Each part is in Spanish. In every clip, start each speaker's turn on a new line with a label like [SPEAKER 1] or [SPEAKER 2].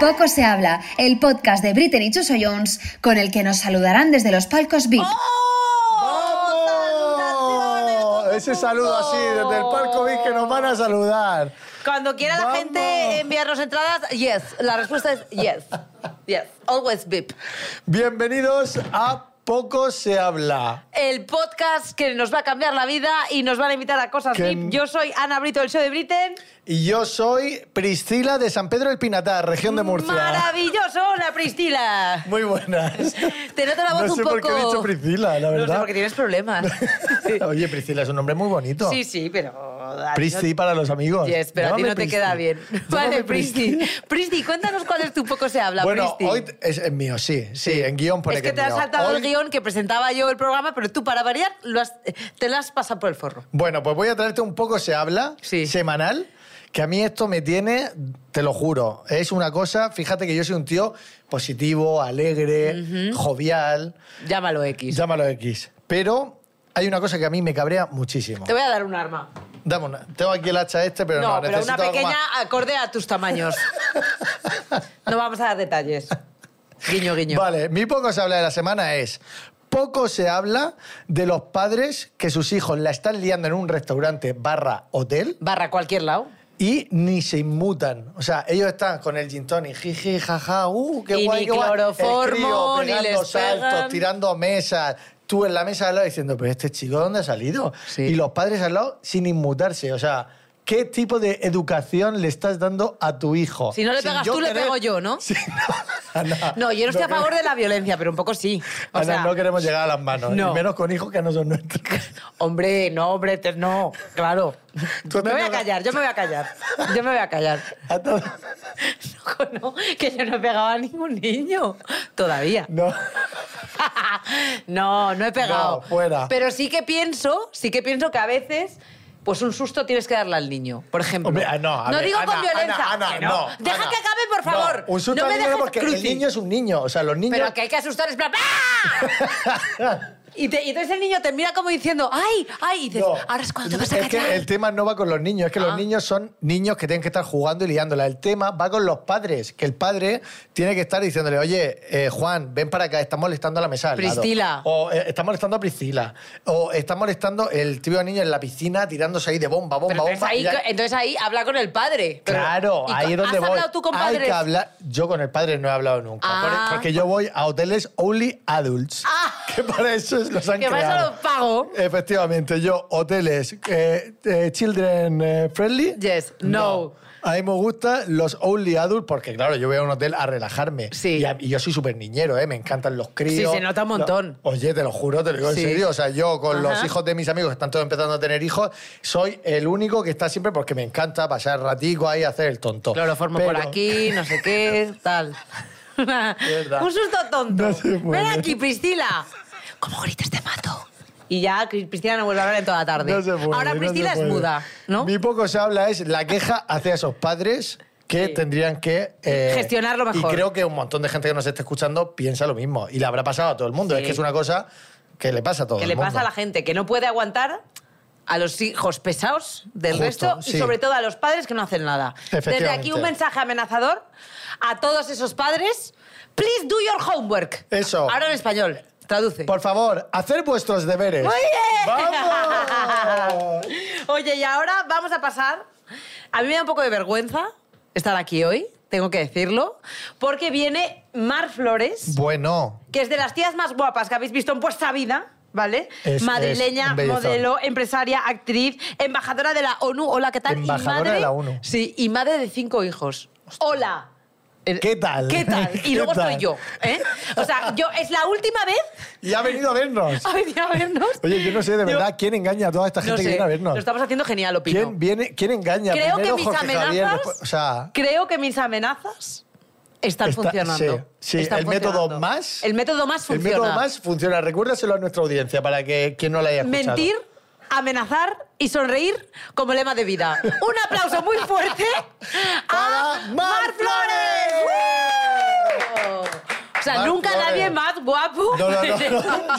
[SPEAKER 1] Poco se habla, el podcast de Britney y Chuso Jones, con el que nos saludarán desde los palcos VIP.
[SPEAKER 2] ¡Vamos! Ese saludo así, desde el palco vi que nos van a saludar.
[SPEAKER 3] Cuando quiera la
[SPEAKER 2] Vamos.
[SPEAKER 3] gente enviarnos entradas, yes. La respuesta es yes. Yes. Always VIP.
[SPEAKER 2] Bienvenidos a Poco se habla.
[SPEAKER 3] El podcast que nos va a cambiar la vida y nos van a invitar a cosas
[SPEAKER 2] Que-
[SPEAKER 3] VIP. Yo soy Ana Brito del Show de Britain.
[SPEAKER 2] Y yo soy Priscila de San Pedro del Pinatar, región de Murcia.
[SPEAKER 3] Maravilloso, hola Priscila.
[SPEAKER 2] Muy buenas.
[SPEAKER 3] Te noto la voz
[SPEAKER 2] no
[SPEAKER 3] un
[SPEAKER 2] sé
[SPEAKER 3] poco.
[SPEAKER 2] por qué he dicho Priscila, la
[SPEAKER 3] No sé,
[SPEAKER 2] verdad.
[SPEAKER 3] porque tienes problemas.
[SPEAKER 2] Oye, Priscila es un nombre muy bonito.
[SPEAKER 3] Sí, sí, pero. a ti no-
[SPEAKER 2] Pristi para los amigos.
[SPEAKER 3] Yes, pero a ti
[SPEAKER 2] Llámame
[SPEAKER 3] no te
[SPEAKER 2] Pristi.
[SPEAKER 3] queda bien.
[SPEAKER 2] Llámame
[SPEAKER 3] Vale, Pristi. Pristi, cuéntanos cuál es tu poco se habla,
[SPEAKER 2] Bueno,
[SPEAKER 3] Pristi.
[SPEAKER 2] hoy es, es mío, sí, sí, en guión pone
[SPEAKER 3] es que,
[SPEAKER 2] es
[SPEAKER 3] te has
[SPEAKER 2] mío.
[SPEAKER 3] saltado
[SPEAKER 2] Hoy-
[SPEAKER 3] el guión que presentaba yo el programa, pero tú, para variar, lo has- te lo has pasado por el forro.
[SPEAKER 2] Bueno, pues voy a traerte un poco se habla
[SPEAKER 3] Sí.
[SPEAKER 2] semanal, que a mí esto me tiene, te lo juro, es una cosa, fíjate que yo soy un tío positivo, alegre, jovial,
[SPEAKER 3] Llámalo X.
[SPEAKER 2] llámalo X, pero hay una cosa que a mí me cabrea muchísimo.
[SPEAKER 3] Te voy a dar un arma.
[SPEAKER 2] Dame una- tengo aquí el hacha este, pero no,
[SPEAKER 3] no, pero
[SPEAKER 2] necesito
[SPEAKER 3] una
[SPEAKER 2] algo
[SPEAKER 3] pequeña
[SPEAKER 2] más.
[SPEAKER 3] acorde a tus tamaños. no vamos a dar detalles. Guiño, guiño.
[SPEAKER 2] Vale, mi poco se habla de la semana es. Poco se habla de los padres que sus hijos la están liando en un restaurante barra hotel
[SPEAKER 3] Barra cualquier lado.
[SPEAKER 2] y ni se inmutan. O sea, ellos están con el gin tonic, jiji, jaja, uh, qué
[SPEAKER 3] Y
[SPEAKER 2] guay,
[SPEAKER 3] ni
[SPEAKER 2] qué guay. El
[SPEAKER 3] cloroformo,
[SPEAKER 2] crío
[SPEAKER 3] ni
[SPEAKER 2] pegando
[SPEAKER 3] les
[SPEAKER 2] saltos,
[SPEAKER 3] pegan.
[SPEAKER 2] tirando mesas. Tú en la mesa al lado diciendo, pero este chico, ¿dónde ha salido?
[SPEAKER 3] Sí.
[SPEAKER 2] Y los padres al lado sin inmutarse. O sea, ¿qué tipo de educación le estás dando a tu hijo?
[SPEAKER 3] Si no le
[SPEAKER 2] Sin
[SPEAKER 3] pegas
[SPEAKER 2] yo
[SPEAKER 3] tú, le
[SPEAKER 2] querer-
[SPEAKER 3] pego yo, ¿no?
[SPEAKER 2] Sí, no, Ana,
[SPEAKER 3] No, yo no estoy a
[SPEAKER 2] creo-
[SPEAKER 3] favor de la violencia, pero un poco sí. O
[SPEAKER 2] Ana,
[SPEAKER 3] sea,
[SPEAKER 2] no queremos llegar a las manos,
[SPEAKER 3] no.
[SPEAKER 2] y menos con hijos que no son nuestros.
[SPEAKER 3] Hombre, no, hombre, te- no, claro.
[SPEAKER 2] Tú has
[SPEAKER 3] Me voy
[SPEAKER 2] tenido
[SPEAKER 3] a
[SPEAKER 2] que-
[SPEAKER 3] callar, yo me voy a callar. Yo me voy a callar.
[SPEAKER 2] A todos.
[SPEAKER 3] No, que yo no he pegado a ningún niño. Todavía.
[SPEAKER 2] No.
[SPEAKER 3] no, no he pegado.
[SPEAKER 2] No, fuera.
[SPEAKER 3] Pero sí que pienso, sí que pienso que a veces, pues un susto tienes que darle al niño, por ejemplo.
[SPEAKER 2] Hombre, ah, no, a ver,
[SPEAKER 3] digo
[SPEAKER 2] Ana,
[SPEAKER 3] con violencia.
[SPEAKER 2] Ana, Ana,
[SPEAKER 3] que
[SPEAKER 2] no.
[SPEAKER 3] Deja
[SPEAKER 2] Ana.
[SPEAKER 3] que acabe, por favor.
[SPEAKER 2] No, un susto
[SPEAKER 3] no me
[SPEAKER 2] al niño
[SPEAKER 3] dejes
[SPEAKER 2] porque el
[SPEAKER 3] cruci.
[SPEAKER 2] niño es un niño. O sea, los niños...
[SPEAKER 3] Pero que hay que asustar, es plan... ¡ah! y, te- y entonces el niño te mira como diciendo, ¡ay, ay! Y dices,
[SPEAKER 2] No.
[SPEAKER 3] ahora es cuando te vas a
[SPEAKER 2] Es
[SPEAKER 3] callar. Ah.
[SPEAKER 2] que el tema no va con los niños, es que los niños son niños que tienen que estar jugando y liándola. El tema va con los padres, que el padre tiene que estar diciéndole, oye, eh, Juan, ven para acá, está molestando a la mesa. al lado".
[SPEAKER 3] Priscila.
[SPEAKER 2] O eh, está molestando a Priscila. O está molestando el tío niño en la piscina tirándose ahí de bomba, bomba,
[SPEAKER 3] Pero entonces,
[SPEAKER 2] bomba.
[SPEAKER 3] ahí,
[SPEAKER 2] y ya-
[SPEAKER 3] entonces ahí habla con el padre. Pero-
[SPEAKER 2] Claro,
[SPEAKER 3] ¿y co-
[SPEAKER 2] ahí es donde
[SPEAKER 3] ¿has
[SPEAKER 2] voy.
[SPEAKER 3] hablado tú con
[SPEAKER 2] Hay
[SPEAKER 3] padres?
[SPEAKER 2] que hablar. Yo con el padre no he hablado nunca. por-
[SPEAKER 3] Ah.
[SPEAKER 2] Porque yo voy a hoteles only adults.
[SPEAKER 3] Ah.
[SPEAKER 2] Que para eso es- los han
[SPEAKER 3] Que para eso
[SPEAKER 2] creado.
[SPEAKER 3] los pago.
[SPEAKER 2] Efectivamente, yo hoteles eh, eh, children eh, friendly.
[SPEAKER 3] Yes, no.
[SPEAKER 2] A mí me gustan los only adults porque, claro, yo voy a un hotel a relajarme.
[SPEAKER 3] Sí.
[SPEAKER 2] Y, a- y yo soy súper niñero, ¿eh? Me encantan los críos.
[SPEAKER 3] Sí, se nota un montón.
[SPEAKER 2] Lo- oye, te lo juro, te lo digo
[SPEAKER 3] Sí.
[SPEAKER 2] en serio. O sea, yo con los
[SPEAKER 3] Ajá.
[SPEAKER 2] hijos de mis amigos que están todos empezando a tener hijos, soy el único que está siempre porque me encanta pasar ratico ahí a hacer el tonto.
[SPEAKER 3] Cloroformo por
[SPEAKER 2] Pero-
[SPEAKER 3] aquí, no sé qué, tal.
[SPEAKER 2] Verdad.
[SPEAKER 3] Un susto tonto.
[SPEAKER 2] No se puede.
[SPEAKER 3] Ven aquí, Priscila. ¿Cómo grites te mato? Y ya Cris- Priscila no vuelve a hablar en toda la tarde.
[SPEAKER 2] No se puede,
[SPEAKER 3] Ahora
[SPEAKER 2] no
[SPEAKER 3] Priscila es
[SPEAKER 2] se puede.
[SPEAKER 3] muda, ¿no?
[SPEAKER 2] Mi poco se habla es la queja hacia esos padres que
[SPEAKER 3] Sí.
[SPEAKER 2] tendrían que... eh,
[SPEAKER 3] Gestionarlo mejor.
[SPEAKER 2] Y creo que un montón de gente que nos esté escuchando piensa lo mismo. Y le habrá pasado a todo el mundo.
[SPEAKER 3] Sí.
[SPEAKER 2] Es que es una cosa que le pasa a todo
[SPEAKER 3] Que
[SPEAKER 2] el
[SPEAKER 3] le
[SPEAKER 2] mundo.
[SPEAKER 3] pasa a la gente que no puede aguantar a los hijos pesados del
[SPEAKER 2] Justo,
[SPEAKER 3] resto y
[SPEAKER 2] sí.
[SPEAKER 3] sobre todo a los padres que no hacen nada. Desde aquí
[SPEAKER 2] Efectivamente.
[SPEAKER 3] un mensaje amenazador a todos esos padres. Please do your homework.
[SPEAKER 2] Eso.
[SPEAKER 3] Ahora en español. Traduce.
[SPEAKER 2] Por favor, hacer vuestros deberes.
[SPEAKER 3] Muy bien.
[SPEAKER 2] ¡Vamos!
[SPEAKER 3] Oye, y ahora vamos a pasar. A mí me da un poco de vergüenza estar aquí hoy, tengo que decirlo, porque viene Mar Flores,
[SPEAKER 2] Bueno,
[SPEAKER 3] que es de las tías más guapas que habéis visto en vuestra vida. ¿Vale?
[SPEAKER 2] Es- es
[SPEAKER 3] Madrileña,
[SPEAKER 2] un bellezón.
[SPEAKER 3] modelo, empresaria, actriz, embajadora de la ONU. Hola, ¿qué tal?
[SPEAKER 2] Embajadora de la ONU.
[SPEAKER 3] Sí, y madre de cinco hijos. Hola.
[SPEAKER 2] ¿Qué tal?
[SPEAKER 3] ¿Qué tal? Y
[SPEAKER 2] ¿Qué
[SPEAKER 3] luego
[SPEAKER 2] tal?
[SPEAKER 3] estoy yo. ¿eh? O sea, yo es la última vez
[SPEAKER 2] y ha venido a vernos.
[SPEAKER 3] a venir a vernos.
[SPEAKER 2] Oye, yo no sé de
[SPEAKER 3] Yo-
[SPEAKER 2] verdad quién engaña a toda esta gente
[SPEAKER 3] no
[SPEAKER 2] que
[SPEAKER 3] sé,
[SPEAKER 2] viene a vernos.
[SPEAKER 3] Lo estamos haciendo genial, opino.
[SPEAKER 2] ¿Quién, viene, ¿Quién engaña?
[SPEAKER 3] creo
[SPEAKER 2] Primero
[SPEAKER 3] que mis
[SPEAKER 2] Jorge
[SPEAKER 3] amenazas.
[SPEAKER 2] Javier, después- o sea,
[SPEAKER 3] creo que mis amenazas están
[SPEAKER 2] Está-
[SPEAKER 3] funcionando.
[SPEAKER 2] sí, sí,
[SPEAKER 3] Están
[SPEAKER 2] el método
[SPEAKER 3] funcionando.
[SPEAKER 2] más-
[SPEAKER 3] El método más
[SPEAKER 2] el
[SPEAKER 3] funciona.
[SPEAKER 2] método más funciona. Recuérdaselo a nuestra audiencia para que quien no la haya escuchado.
[SPEAKER 3] Mentir, amenazar y sonreír como lema de vida. Un aplauso muy fuerte a
[SPEAKER 2] Para
[SPEAKER 3] Ah, Mar Flores. ¡Woo! O sea,
[SPEAKER 2] Mar
[SPEAKER 3] nunca
[SPEAKER 2] Flores.
[SPEAKER 3] nadie más guapo
[SPEAKER 2] No, no, no. no. Yo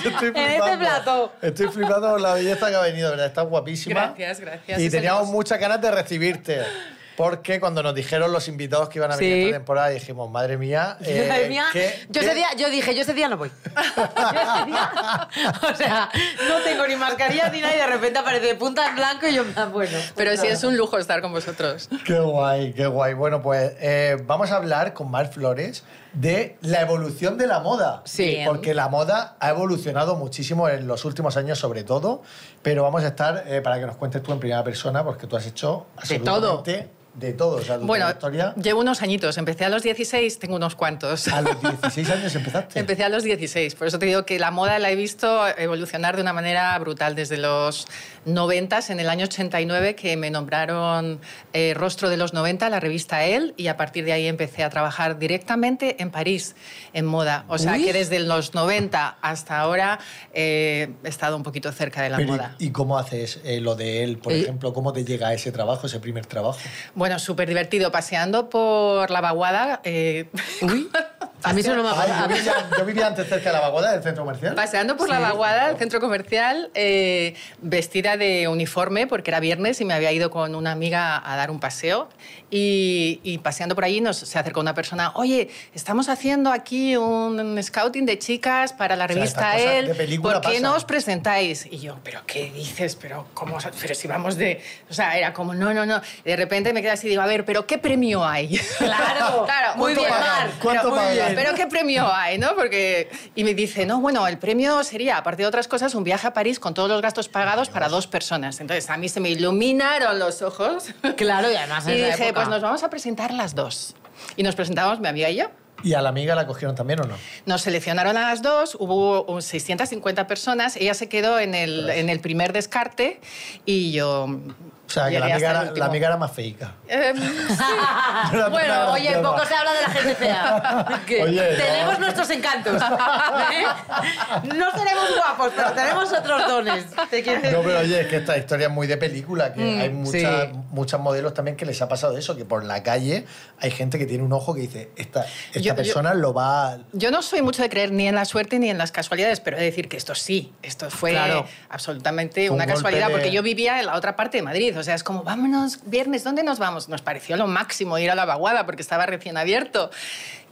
[SPEAKER 2] estoy
[SPEAKER 3] en este
[SPEAKER 2] flipando.
[SPEAKER 3] plato.
[SPEAKER 2] Estoy flipando con la belleza que ha venido, ¿verdad? Estás guapísima.
[SPEAKER 4] Gracias, gracias.
[SPEAKER 2] Y
[SPEAKER 4] Sí,
[SPEAKER 2] teníamos
[SPEAKER 4] señor.
[SPEAKER 2] muchas ganas de recibirte. Porque cuando nos dijeron los invitados que iban a venir
[SPEAKER 5] Sí.
[SPEAKER 2] esta temporada, dijimos, madre mía. eh,
[SPEAKER 5] Madre mía,
[SPEAKER 2] ¿qué-
[SPEAKER 5] yo,
[SPEAKER 2] qué-
[SPEAKER 5] ese día, yo dije, yo ese día no voy. Yo ese día- o sea, no tengo ni mascarilla ni nada y de repente aparece de punta en blanco y yo, ah, bueno.
[SPEAKER 6] Pero sí es un lujo estar con vosotros.
[SPEAKER 2] Qué guay, qué guay. Bueno, pues eh, vamos a hablar con Mar Flores de la evolución de la moda.
[SPEAKER 6] Sí. Bien.
[SPEAKER 2] Porque la moda ha evolucionado muchísimo en los últimos años, sobre todo. Pero vamos a estar eh, para que nos cuentes tú en primera persona, porque tú has hecho
[SPEAKER 6] De todo.
[SPEAKER 2] absolutamente de todo. O sea, tu
[SPEAKER 6] Bueno,
[SPEAKER 2] trayectoria,
[SPEAKER 6] llevo unos añitos. Empecé a los 16, tengo unos cuantos.
[SPEAKER 2] A los 16 años empezaste.
[SPEAKER 6] Empecé a los 16, por eso te digo que la moda la he visto evolucionar de una manera brutal desde los 90, en el año 89 que me nombraron eh, Rostro de los 90, la revista Elle, y a partir de ahí empecé a trabajar directamente en París, en moda. O sea
[SPEAKER 5] Uy.
[SPEAKER 6] que desde los 90 hasta ahora eh, he estado un poquito cerca de la
[SPEAKER 2] Pero,
[SPEAKER 6] moda.
[SPEAKER 2] ¿Y cómo haces eh, lo de él, por
[SPEAKER 5] Eh,
[SPEAKER 2] ejemplo? ¿Cómo te llega ese trabajo, ese primer trabajo?
[SPEAKER 6] Bueno, súper divertido, paseando por la vaguada. eh,
[SPEAKER 5] Uy, a mí eso no me
[SPEAKER 2] Ay,
[SPEAKER 5] ha
[SPEAKER 2] yo, vivía, yo vivía antes cerca de la vaguada del centro comercial. Oh.
[SPEAKER 6] Paseando por la vaguada del centro comercial, eh, vestida de uniforme, porque era viernes y me había ido con una amiga a dar un paseo. Y, y paseando por allí nos, se acercó una persona, oye, estamos haciendo aquí un scouting de chicas para la
[SPEAKER 2] sea,
[SPEAKER 6] revista
[SPEAKER 2] estas cosas
[SPEAKER 6] Elle,
[SPEAKER 2] de película
[SPEAKER 6] ¿por qué
[SPEAKER 2] pasan".
[SPEAKER 6] no os presentáis? Y yo, ¿pero qué dices? ¿Pero cómo? os- Pero si vamos de... O sea, era como, no, no, no. Y de repente me quedé así y digo, a ver, ¿pero qué premio hay?
[SPEAKER 5] Claro,
[SPEAKER 6] claro.
[SPEAKER 5] muy
[SPEAKER 6] un
[SPEAKER 5] bien,
[SPEAKER 6] tema.
[SPEAKER 5] Mar.
[SPEAKER 2] ¿Cuánto
[SPEAKER 6] Pero-
[SPEAKER 2] pagan?
[SPEAKER 6] Pero qué premio hay, ¿no? Porque y me dice, "No, bueno, el premio sería aparte de otras cosas un viaje a París con todos los gastos pagados para dos personas." Entonces, a mí se me iluminaron los ojos
[SPEAKER 5] Claro, y además
[SPEAKER 6] y
[SPEAKER 5] en esa
[SPEAKER 6] dije,
[SPEAKER 5] época.
[SPEAKER 6] "Pues nos vamos a presentar las dos." Y nos presentamos mi amiga y yo.
[SPEAKER 2] ¿Y a la amiga la cogieron también o no?
[SPEAKER 6] Nos seleccionaron a las dos, hubo un 650 personas, ella se quedó en el, en el primer descarte y yo...
[SPEAKER 2] O sea, que la amiga, era, la amiga era más feica.
[SPEAKER 6] Eh,
[SPEAKER 2] Era
[SPEAKER 5] Bueno,
[SPEAKER 2] una
[SPEAKER 5] oye,
[SPEAKER 2] broma.
[SPEAKER 5] poco se habla de la gente fea. Que
[SPEAKER 2] Oye, no.
[SPEAKER 5] tenemos nuestros encantos. ¿eh? No seremos guapos, pero tenemos otros dones. Te quiero decir.
[SPEAKER 2] No, pero oye, es que esta historia es muy de película, que hay muchas,
[SPEAKER 5] sí.
[SPEAKER 2] muchas modelos también que les ha pasado eso, que por la calle hay gente que tiene un ojo que dice, esta, esta
[SPEAKER 6] Yo- yo-
[SPEAKER 2] persona lo va... a-
[SPEAKER 6] Yo no soy mucho de creer ni en la suerte ni en las casualidades, pero he de decir que esto sí, esto fue
[SPEAKER 2] Claro.
[SPEAKER 6] absolutamente
[SPEAKER 2] Fue un
[SPEAKER 6] una
[SPEAKER 2] golpe
[SPEAKER 6] casualidad,
[SPEAKER 2] de-
[SPEAKER 6] porque yo vivía en la otra parte de Madrid, o sea, es como, vámonos, viernes, ¿dónde nos vamos? Nos pareció lo máximo ir a la vaguada porque estaba recién abierto.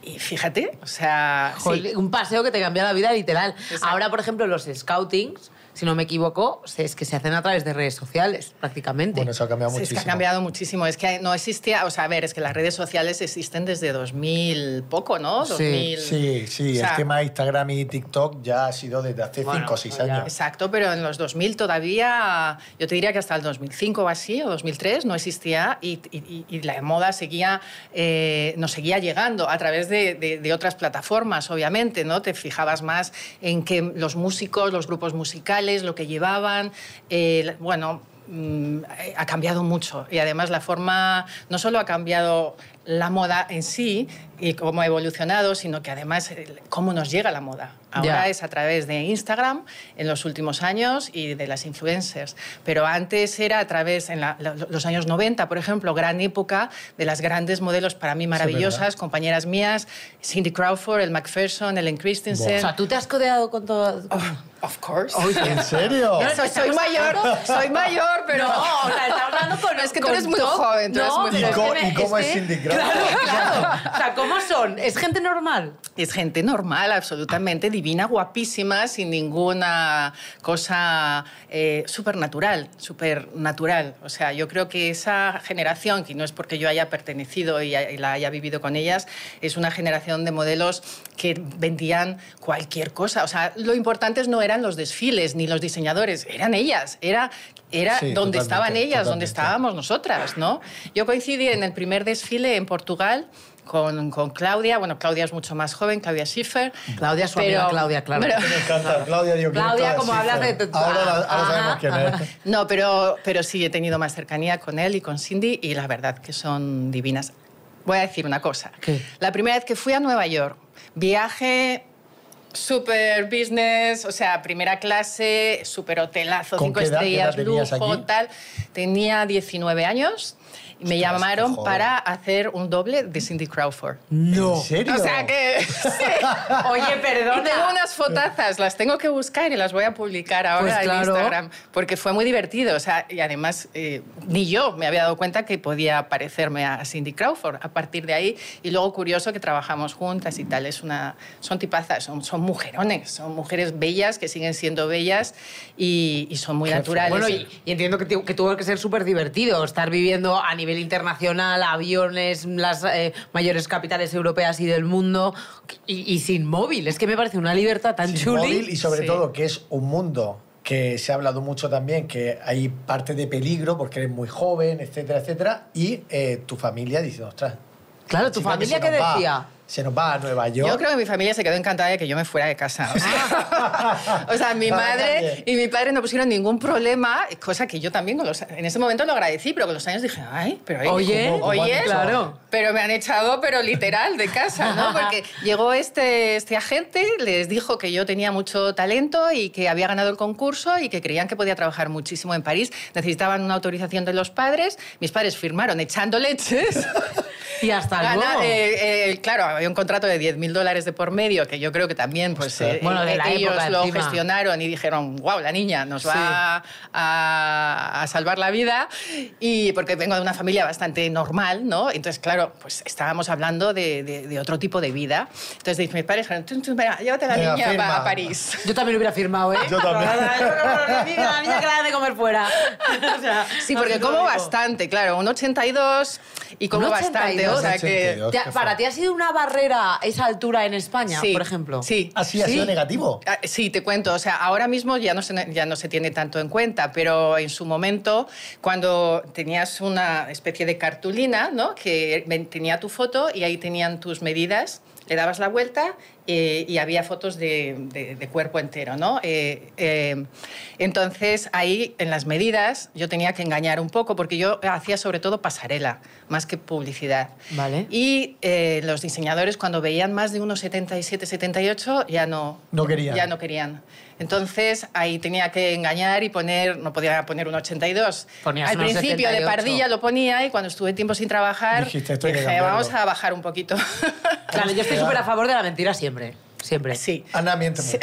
[SPEAKER 6] Y fíjate, o sea, sí.
[SPEAKER 5] Jolín, Un paseo que te cambia la vida literal. Ahora, por ejemplo, los scoutings, si no me equivoco, se- es que se hacen a través de redes sociales, prácticamente.
[SPEAKER 2] Bueno, eso ha cambiado
[SPEAKER 6] Sí,
[SPEAKER 2] muchísimo.
[SPEAKER 6] Es que ha cambiado muchísimo. Es que no existía, o sea, a ver, es que las redes sociales existen desde 2000 poco, ¿no?
[SPEAKER 5] Sí,
[SPEAKER 6] 2000.
[SPEAKER 2] Sí, sí,
[SPEAKER 6] O sea,
[SPEAKER 2] el tema de Instagram y TikTok ya ha sido desde hace 5
[SPEAKER 5] Bueno,
[SPEAKER 2] o 6
[SPEAKER 5] ya.
[SPEAKER 2] años.
[SPEAKER 6] Exacto, pero en los 2000 todavía, yo te diría que hasta el 2005 o así, o 2003, no existía y, y- y la moda seguía, eh, nos seguía llegando a través de, de- de otras plataformas, obviamente, ¿no? Te fijabas más en que los músicos, los grupos musicales, lo que llevaban, eh, la- bueno... mm, Ha cambiado mucho y además la forma no solo ha cambiado la moda en sí y cómo ha evolucionado, sino que además el- cómo nos llega la moda. Ahora
[SPEAKER 5] Ya.
[SPEAKER 6] es a través de Instagram en los últimos años y de las influencers. Pero antes era a través, en la- la- los años 90, por ejemplo, gran época de las grandes modelos para mí maravillosas, compañeras mías, Cindy Crawford, el McPherson, Ellen
[SPEAKER 5] O
[SPEAKER 6] Christensen. Oh,
[SPEAKER 5] sea, tú te has codeado con todo.
[SPEAKER 6] Of course.
[SPEAKER 2] ¿En serio?
[SPEAKER 6] Yo soy, soy mayor, soy mayor, pero...
[SPEAKER 5] No, o sea, está hablando con.
[SPEAKER 6] Es que tú
[SPEAKER 5] con
[SPEAKER 6] eres muy
[SPEAKER 5] todo.
[SPEAKER 6] joven, tú eres muy
[SPEAKER 2] ¿Y,
[SPEAKER 6] pero es
[SPEAKER 2] co-
[SPEAKER 5] que me-
[SPEAKER 2] y cómo es,
[SPEAKER 5] que-
[SPEAKER 2] Cindy Crawford?
[SPEAKER 5] Claro, claro. O sea, ¿cómo son? ¿Es gente normal?
[SPEAKER 6] Es gente normal, absolutamente divina, guapísima, sin ninguna cosa eh, supernatural, supernatural. O sea, yo creo que esa generación, que no es porque yo haya pertenecido y, y la haya vivido con ellas, es una generación de modelos que vendían cualquier cosa. O sea, lo importante no eran los desfiles ni los diseñadores, eran ellas, era, era
[SPEAKER 2] Sí,
[SPEAKER 6] donde estaban
[SPEAKER 2] totalmente,
[SPEAKER 6] ellas,
[SPEAKER 2] totalmente.
[SPEAKER 6] donde estaban estábamos nosotras, ¿no? Yo coincidí en el primer desfile en Portugal con, con Claudia. Bueno, Claudia es mucho más joven, Claudia Schiffer.
[SPEAKER 5] Claudia, su amiga Claudia, claro.
[SPEAKER 2] Me encanta, Claudia. Digo, ¿quién es
[SPEAKER 5] Claudia,
[SPEAKER 2] Claudia
[SPEAKER 5] como
[SPEAKER 2] Schiffer?
[SPEAKER 5] hablas de tu-
[SPEAKER 2] Ahora, la- ahora
[SPEAKER 5] Ajá,
[SPEAKER 2] sabemos quién
[SPEAKER 5] ajá.
[SPEAKER 2] es.
[SPEAKER 6] No, pero, pero sí he tenido más cercanía con él y con Cindy y la verdad que son divinas. Voy a decir una cosa.
[SPEAKER 5] ¿Qué?
[SPEAKER 6] La primera vez que fui a Nueva York, viaje Super business, o sea, primera clase, super hotelazo,
[SPEAKER 2] ¿Con
[SPEAKER 6] cinco
[SPEAKER 2] qué edad- qué edad
[SPEAKER 6] estrellas,
[SPEAKER 2] tenías
[SPEAKER 6] lujo,
[SPEAKER 2] allí?
[SPEAKER 6] tal. Tenía 19 años y me
[SPEAKER 2] Ostras,
[SPEAKER 6] llamaron
[SPEAKER 2] joven.
[SPEAKER 6] para hacer un doble de Cindy Crawford.
[SPEAKER 2] No. ¿En serio?
[SPEAKER 6] O sea que.
[SPEAKER 5] Oye,
[SPEAKER 6] Y tengo
[SPEAKER 5] perdona.
[SPEAKER 6] unas fotazas, las tengo que buscar y las voy a publicar ahora
[SPEAKER 5] Pues
[SPEAKER 6] en
[SPEAKER 5] claro.
[SPEAKER 6] Instagram, porque fue muy divertido. O sea, y además, eh, ni yo me había dado cuenta que podía parecerme a Cindy Crawford a partir de ahí. Y luego, curioso que trabajamos juntas y tal. Es una, son tipazas, son, son mujerones, son mujeres bellas que siguen siendo bellas y, y son muy
[SPEAKER 2] Qué
[SPEAKER 6] naturales.
[SPEAKER 2] fuerte.
[SPEAKER 3] Bueno, y, y entiendo que, tu- que tuvo que ser súper divertido estar viviendo a nivel internacional, aviones, las eh, mayores capitales europeas y del mundo, y, y sin móvil. Es que me parece una libertad tan
[SPEAKER 2] Sin
[SPEAKER 3] chuli.
[SPEAKER 2] móvil y sobre
[SPEAKER 6] Sí.
[SPEAKER 2] todo que es un mundo que se ha hablado mucho también, que hay parte de peligro porque eres muy joven, etcétera, etcétera, y eh, tu familia diciendo, ostras.
[SPEAKER 3] Claro,
[SPEAKER 2] la
[SPEAKER 3] ¿tu
[SPEAKER 2] chica que
[SPEAKER 3] familia
[SPEAKER 2] se nos
[SPEAKER 3] qué
[SPEAKER 2] va,
[SPEAKER 3] decía?
[SPEAKER 2] se nos va a Nueva York.
[SPEAKER 6] Yo creo que mi familia se quedó encantada de que yo me fuera de casa. O sea, o sea, mi
[SPEAKER 2] No,
[SPEAKER 6] madre
[SPEAKER 2] también.
[SPEAKER 6] y mi padre no pusieron ningún problema, cosa que yo también con los, en ese momento lo agradecí, pero con los años dije, ay, pero eh,
[SPEAKER 3] Oye,
[SPEAKER 6] ¿cómo-
[SPEAKER 2] ¿cómo
[SPEAKER 6] oye,
[SPEAKER 2] han hecho?
[SPEAKER 6] claro. Pero me han echado, pero literal, de casa, ¿no? Porque llegó este, este agente, les dijo que yo tenía mucho talento y que había ganado el concurso y que creían que podía trabajar muchísimo en París. Necesitaban una autorización de los padres. Mis padres firmaron echando leches.
[SPEAKER 3] Y hasta
[SPEAKER 6] Gana,
[SPEAKER 3] luego.
[SPEAKER 6] eh, eh, claro, había un contrato de 10.000 dólares de por medio, que yo creo que también pues,
[SPEAKER 3] Ostras.
[SPEAKER 6] eh,
[SPEAKER 3] Bueno, de
[SPEAKER 6] eh,
[SPEAKER 3] la
[SPEAKER 6] ellos
[SPEAKER 3] época
[SPEAKER 6] lo
[SPEAKER 3] encima.
[SPEAKER 6] gestionaron y dijeron, wow, la niña nos va a, a salvar la vida. Y porque vengo de una familia bastante normal, ¿no? Entonces, claro, pues estábamos hablando de, de- de otro tipo de vida. Entonces dije, mis padres dijeron, "Tun, tun, venga, llévate a la
[SPEAKER 2] Venga,
[SPEAKER 6] niña
[SPEAKER 2] firma.
[SPEAKER 6] pa- a París.
[SPEAKER 3] Yo también hubiera firmado, ¿eh?
[SPEAKER 2] Yo también.
[SPEAKER 3] la niña que la de comer fuera.
[SPEAKER 6] Sí, porque como bastante, claro, un 82 y como
[SPEAKER 3] Un
[SPEAKER 6] bastante. O
[SPEAKER 3] 82.
[SPEAKER 6] sea que...
[SPEAKER 2] 82. Qué
[SPEAKER 3] ¿Para
[SPEAKER 2] fuerte.
[SPEAKER 3] ti ha sido una barrera esa altura en España,
[SPEAKER 6] Sí,
[SPEAKER 3] por ejemplo?
[SPEAKER 6] Sí.
[SPEAKER 2] Así ha sido
[SPEAKER 6] Sí.
[SPEAKER 2] negativo.
[SPEAKER 6] Ah, Sí, te cuento. O sea, ahora mismo ya no, se, ya no se tiene tanto en cuenta, pero en su momento, cuando tenías una especie de cartulina, ¿no? Que ven- tenía tu foto y ahí tenían tus medidas, le dabas la vuelta eh, y había fotos de, de- de cuerpo entero, ¿no? Eh, eh, entonces, ahí en las medidas yo tenía que engañar un poco, porque yo hacía sobre todo pasarela, más que publicidad.
[SPEAKER 3] Vale.
[SPEAKER 6] Y eh, los diseñadores, cuando veían más de unos 77, 78, ya no,
[SPEAKER 2] No querían.
[SPEAKER 6] Ya no querían. Entonces ahí tenía que engañar y poner, no podía poner un 82.
[SPEAKER 3] Ponías
[SPEAKER 6] Al
[SPEAKER 3] unos
[SPEAKER 6] principio
[SPEAKER 3] 78.
[SPEAKER 6] de pardilla lo ponía y cuando estuve tiempo sin trabajar,
[SPEAKER 2] Dijiste, "Esto hay que
[SPEAKER 6] dije,
[SPEAKER 2] cambiarlo".
[SPEAKER 6] vamos a bajar un poquito.
[SPEAKER 3] Claro, yo estoy súper a favor de la mentira siempre. Siempre.
[SPEAKER 6] sí.
[SPEAKER 2] Ana, miente mucho.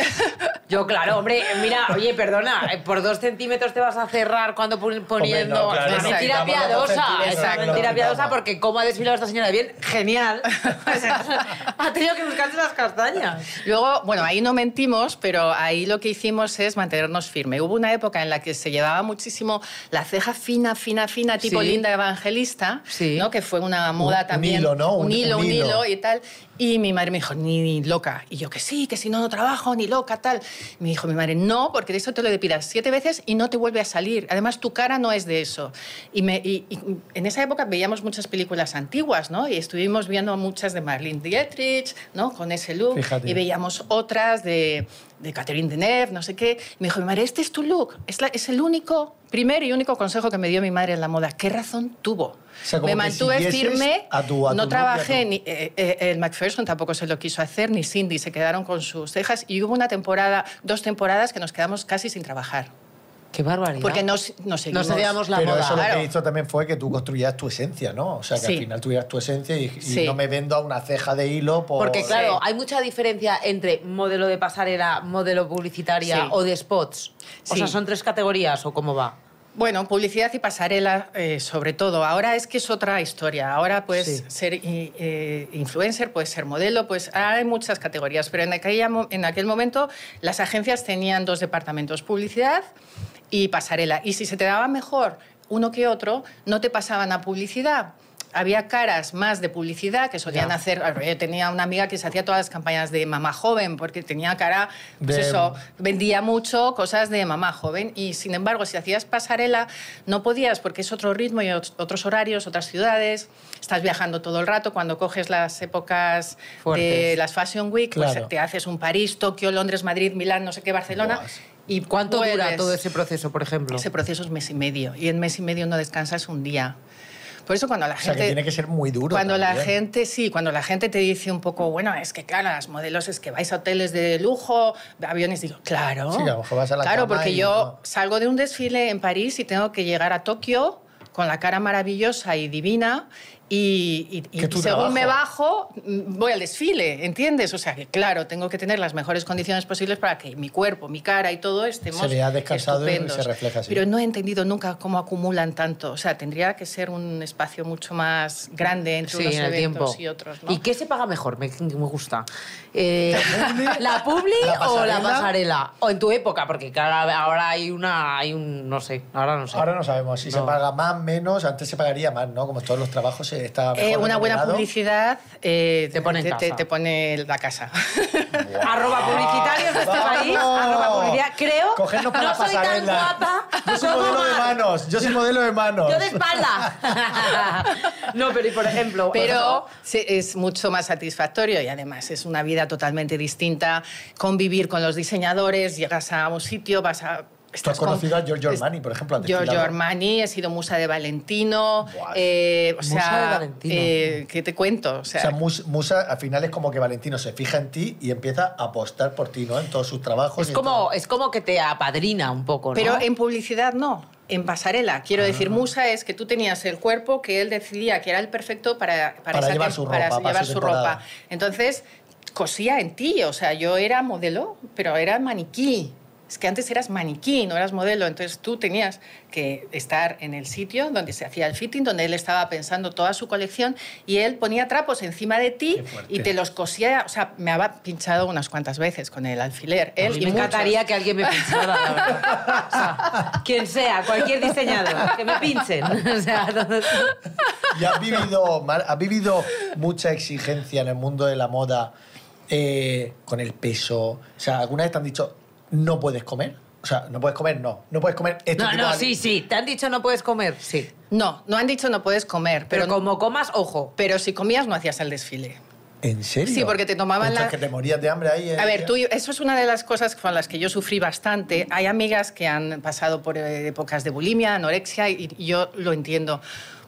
[SPEAKER 3] Yo, claro, hombre, mira, oye, perdona, eh, por dos centímetros te vas a cerrar cuando pon- poniendo.
[SPEAKER 2] Hombre, no, claro,
[SPEAKER 3] es una
[SPEAKER 6] no,
[SPEAKER 3] mentira
[SPEAKER 2] quitamos los dos
[SPEAKER 3] piadosa.
[SPEAKER 2] centímetros,
[SPEAKER 3] Es una
[SPEAKER 2] no,
[SPEAKER 3] mentira
[SPEAKER 2] no,
[SPEAKER 3] piadosa
[SPEAKER 2] quitamos.
[SPEAKER 3] porque, como ha desfilado esta señora de bien, genial. O sea, ha tenido que buscarse las castañas.
[SPEAKER 6] Luego, bueno, ahí no mentimos, pero ahí lo que hicimos es mantenernos firme. Hubo una época en la que se llevaba muchísimo la ceja fina, fina, fina, tipo
[SPEAKER 3] Sí.
[SPEAKER 6] linda evangelista,
[SPEAKER 3] Sí.
[SPEAKER 6] ¿no? que fue una moda
[SPEAKER 2] un
[SPEAKER 6] también.
[SPEAKER 2] hilo, ¿no?
[SPEAKER 6] Un,
[SPEAKER 2] Un-
[SPEAKER 6] hilo,
[SPEAKER 2] un
[SPEAKER 6] un
[SPEAKER 2] hilo.
[SPEAKER 6] hilo y tal. Y mi madre me dijo, ni, ni loca. Y yo, que sí, que si no, no trabajo, ni loca, tal. Y me dijo mi madre, no, porque de eso te lo depilas siete veces y no te vuelve a salir. Además, tu cara no es de eso. Y, me, y- y en esa época veíamos muchas películas antiguas, ¿no? Y estuvimos viendo muchas de Marlene Dietrich, ¿no? Con ese look.
[SPEAKER 2] Fíjate.
[SPEAKER 6] Y veíamos otras de, de Catherine Deneuve, no sé qué. Y me dijo, mi madre, este es tu look. Es, la- es el único, primer y único consejo que me dio mi madre en la moda. ¿Qué razón tuvo?
[SPEAKER 2] sea, como
[SPEAKER 6] me
[SPEAKER 2] que
[SPEAKER 6] mantuve
[SPEAKER 2] siguieses
[SPEAKER 6] firme,
[SPEAKER 2] a tu- a tu
[SPEAKER 6] no
[SPEAKER 2] look y a
[SPEAKER 6] trabajé,
[SPEAKER 2] tu-
[SPEAKER 6] ni, eh, eh, el McPherson tampoco se lo quiso hacer, ni Cindy, se quedaron con sus cejas y hubo una temporada, dos temporadas que nos quedamos casi sin trabajar,
[SPEAKER 3] Qué barbaridad.
[SPEAKER 6] porque no, se- no
[SPEAKER 3] Nos
[SPEAKER 6] seguimos.
[SPEAKER 3] hacíamos la
[SPEAKER 2] Pero
[SPEAKER 3] moda.
[SPEAKER 2] eso lo
[SPEAKER 6] claro.
[SPEAKER 2] que hizo también fue que tú construyeras tu esencia, ¿no? O sea, que
[SPEAKER 6] Sí.
[SPEAKER 2] al final tuvieras tu esencia y, y
[SPEAKER 6] Sí.
[SPEAKER 2] no me vendo a una ceja de hilo por...
[SPEAKER 3] Porque, claro,
[SPEAKER 6] Sí.
[SPEAKER 3] hay mucha diferencia entre modelo de pasarela, modelo publicitaria
[SPEAKER 6] Sí.
[SPEAKER 3] o de spots. O
[SPEAKER 6] Sí.
[SPEAKER 3] sea, son tres categorías o cómo va.
[SPEAKER 6] Bueno, publicidad y pasarela eh, sobre todo. Ahora es que es otra historia. Ahora puedes
[SPEAKER 3] Sí.
[SPEAKER 6] ser i- eh, influencer, puedes ser modelo, pues hay muchas categorías. Pero en, aquella mo- en aquel momento las agencias tenían dos departamentos, publicidad y pasarela. Y si se te daba mejor uno que otro, no te pasaban a publicidad. Había caras más de publicidad que solían
[SPEAKER 3] Ya.
[SPEAKER 6] hacer. Yo tenía una amiga que se hacía todas las campañas de mamá joven porque tenía cara, pues
[SPEAKER 2] De-
[SPEAKER 6] eso, vendía mucho cosas de mamá joven y sin embargo si hacías pasarela no podías porque es otro ritmo y ot- otros horarios, otras ciudades, estás viajando todo el rato, cuando coges las épocas de
[SPEAKER 3] Fuertes.
[SPEAKER 6] las Fashion Week,
[SPEAKER 2] Claro.
[SPEAKER 6] pues te haces un París, Tokio, Londres, Madrid, Milán, no sé qué, Barcelona.
[SPEAKER 2] Buah.
[SPEAKER 6] ¿Y
[SPEAKER 3] ¿Cuánto dura
[SPEAKER 6] vuelves.
[SPEAKER 3] todo ese proceso, por ejemplo?
[SPEAKER 6] Ese proceso es mes y medio y en mes y medio no descansas un día. Por eso cuando la
[SPEAKER 2] O
[SPEAKER 6] gente...
[SPEAKER 2] sea, que tiene que ser muy duro.
[SPEAKER 6] Cuando la
[SPEAKER 2] también.
[SPEAKER 6] gente, sí, cuando la gente te dice un poco, bueno, es que claro, las modelos es que vais a hoteles de lujo, aviones, digo, claro.
[SPEAKER 2] Sí, que a lo mejor vas a la
[SPEAKER 6] Claro,
[SPEAKER 2] cama
[SPEAKER 6] porque
[SPEAKER 2] y
[SPEAKER 6] yo
[SPEAKER 2] no.
[SPEAKER 6] salgo de un desfile en París y tengo que llegar a Tokio con la cara maravillosa y divina y, y- y
[SPEAKER 2] Que tu
[SPEAKER 6] según me bajo, mm, voy al desfile, ¿entiendes? O sea, que claro, tengo que tener las mejores condiciones posibles para que mi cuerpo, mi cara y todo estemos
[SPEAKER 2] Se vea descansado y
[SPEAKER 6] estupendos.
[SPEAKER 2] se refleja así.
[SPEAKER 6] Pero no he entendido nunca cómo acumulan tanto. O sea, tendría que ser un espacio mucho más grande entre
[SPEAKER 3] Sí,
[SPEAKER 6] unos
[SPEAKER 3] en el
[SPEAKER 6] eventos
[SPEAKER 3] tiempo.
[SPEAKER 6] y otros, ¿no?
[SPEAKER 3] ¿Y qué se paga mejor? Me, me gusta. Eh, ¿La publi
[SPEAKER 2] ¿La
[SPEAKER 3] o la
[SPEAKER 2] pasarela?
[SPEAKER 3] pasarela? O en tu época, porque claro, ahora hay una, hay un, no sé, ahora no sé.
[SPEAKER 2] Ahora no sabemos si se
[SPEAKER 3] No.
[SPEAKER 2] paga más, menos. Antes se pagaría más, ¿no? Como todos los trabajos se está
[SPEAKER 6] Eh,
[SPEAKER 2] mejor
[SPEAKER 6] una buena
[SPEAKER 2] remunerado.
[SPEAKER 6] publicidad eh,
[SPEAKER 3] Te pone en
[SPEAKER 6] te,
[SPEAKER 3] casa.
[SPEAKER 6] te pone la casa.
[SPEAKER 2] Ah.
[SPEAKER 3] Arroba publicitarios,
[SPEAKER 5] estás ahí, arroba publicidad. Creo-
[SPEAKER 2] Cogernos para
[SPEAKER 3] No
[SPEAKER 2] la
[SPEAKER 3] soy tan
[SPEAKER 2] pasarela.
[SPEAKER 3] guapa
[SPEAKER 2] Yo soy
[SPEAKER 3] como
[SPEAKER 2] modelo de
[SPEAKER 3] Mar.
[SPEAKER 2] manos. Yo soy modelo de manos.
[SPEAKER 3] yo de espalda. no, pero y por ejemplo,
[SPEAKER 6] Pero sí, es mucho más satisfactorio y además es una vida totalmente distinta. Convivir con los diseñadores, llegas a un sitio, vas a...
[SPEAKER 2] ¿Tú has
[SPEAKER 6] con-
[SPEAKER 2] conocido a Giorgio Armani, por ejemplo? al
[SPEAKER 6] Giorgio
[SPEAKER 2] desfilador?
[SPEAKER 6] Armani, he sido musa de Valentino.
[SPEAKER 2] Buah.
[SPEAKER 6] eh, o
[SPEAKER 3] Musa
[SPEAKER 6] sea,
[SPEAKER 3] de Valentino.
[SPEAKER 6] eh, ¿Qué te cuento? O
[SPEAKER 2] O
[SPEAKER 6] sea,
[SPEAKER 2] sea, Mus- Musa al final es como que Valentino se fija en ti y empieza a apostar por ti, ¿no? En todos sus trabajos.
[SPEAKER 3] es
[SPEAKER 2] y en
[SPEAKER 3] como,
[SPEAKER 2] todo.
[SPEAKER 3] es como que te apadrina un poco, ¿no?
[SPEAKER 6] pero en publicidad no. En pasarela, quiero
[SPEAKER 2] Ah.
[SPEAKER 6] decir, musa es que tú tenías el cuerpo que él decidía que era el perfecto para,
[SPEAKER 2] Para
[SPEAKER 6] esa
[SPEAKER 2] llevar
[SPEAKER 6] tem-
[SPEAKER 2] su
[SPEAKER 6] para
[SPEAKER 2] ropa, para
[SPEAKER 6] llevar
[SPEAKER 2] su
[SPEAKER 6] su
[SPEAKER 2] temporada.
[SPEAKER 6] ropa. Entonces, cosía en ti, o sea, yo era modelo, pero era maniquí. Es que antes eras maniquí, no eras modelo, entonces tú tenías que estar en el sitio donde se hacía el fitting, donde él estaba pensando toda su colección y él ponía trapos encima de ti
[SPEAKER 2] Qué fuerte.
[SPEAKER 6] y te los cosía, o sea, me había pinchado unas cuantas veces con el alfiler.
[SPEAKER 3] A
[SPEAKER 6] Él
[SPEAKER 3] mí me
[SPEAKER 6] y muchos.
[SPEAKER 3] encantaría que alguien me pinchara, la verdad. O sea, quien sea, cualquier diseñador, que me pinchen. O sea, no-
[SPEAKER 2] ¿Y has vivido, Mar, has vivido mucha exigencia en el mundo de la moda eh, con el peso? O sea, ¿alguna vez te han dicho, no puedes comer? O sea, no puedes comer, no. No puedes comer este
[SPEAKER 3] no,
[SPEAKER 2] tipo
[SPEAKER 3] no,
[SPEAKER 2] de-
[SPEAKER 3] sí, sí. ¿Te han dicho no puedes comer? Sí.
[SPEAKER 6] No, no han dicho no puedes comer,
[SPEAKER 3] Pero
[SPEAKER 6] pero,
[SPEAKER 3] como comas, ojo.
[SPEAKER 6] pero si comías no hacías el desfile.
[SPEAKER 2] ¿En serio?
[SPEAKER 6] Sí, porque te tomaban
[SPEAKER 2] Ostras,
[SPEAKER 6] la-
[SPEAKER 2] que te morías de hambre ahí. eh.
[SPEAKER 6] A ver, tú, eso es una de las cosas con las que yo sufrí bastante. Hay amigas que han pasado por eh, épocas de bulimia, anorexia, y y yo lo entiendo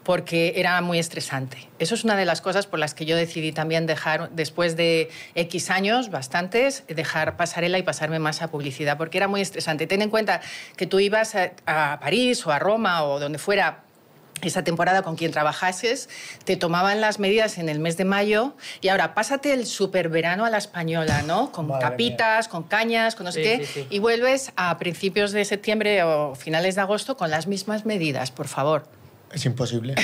[SPEAKER 6] porque era muy estresante. Eso es una de las cosas por las que yo decidí también dejar, después de X años, bastantes, dejar pasarela y pasarme más a publicidad, porque era muy estresante. Ten en cuenta que tú ibas a, a París o a Roma o donde fuera esa temporada con quien trabajases, te tomaban las medidas en el mes de mayo y ahora pásate el super verano a la española, ¿no? Con
[SPEAKER 2] Madre
[SPEAKER 6] tapitas, con cañas, con no sé
[SPEAKER 3] Sí,
[SPEAKER 6] qué,
[SPEAKER 3] sí, sí.
[SPEAKER 6] y vuelves a principios de septiembre o finales de agosto con las mismas medidas, por favor.
[SPEAKER 2] Es imposible.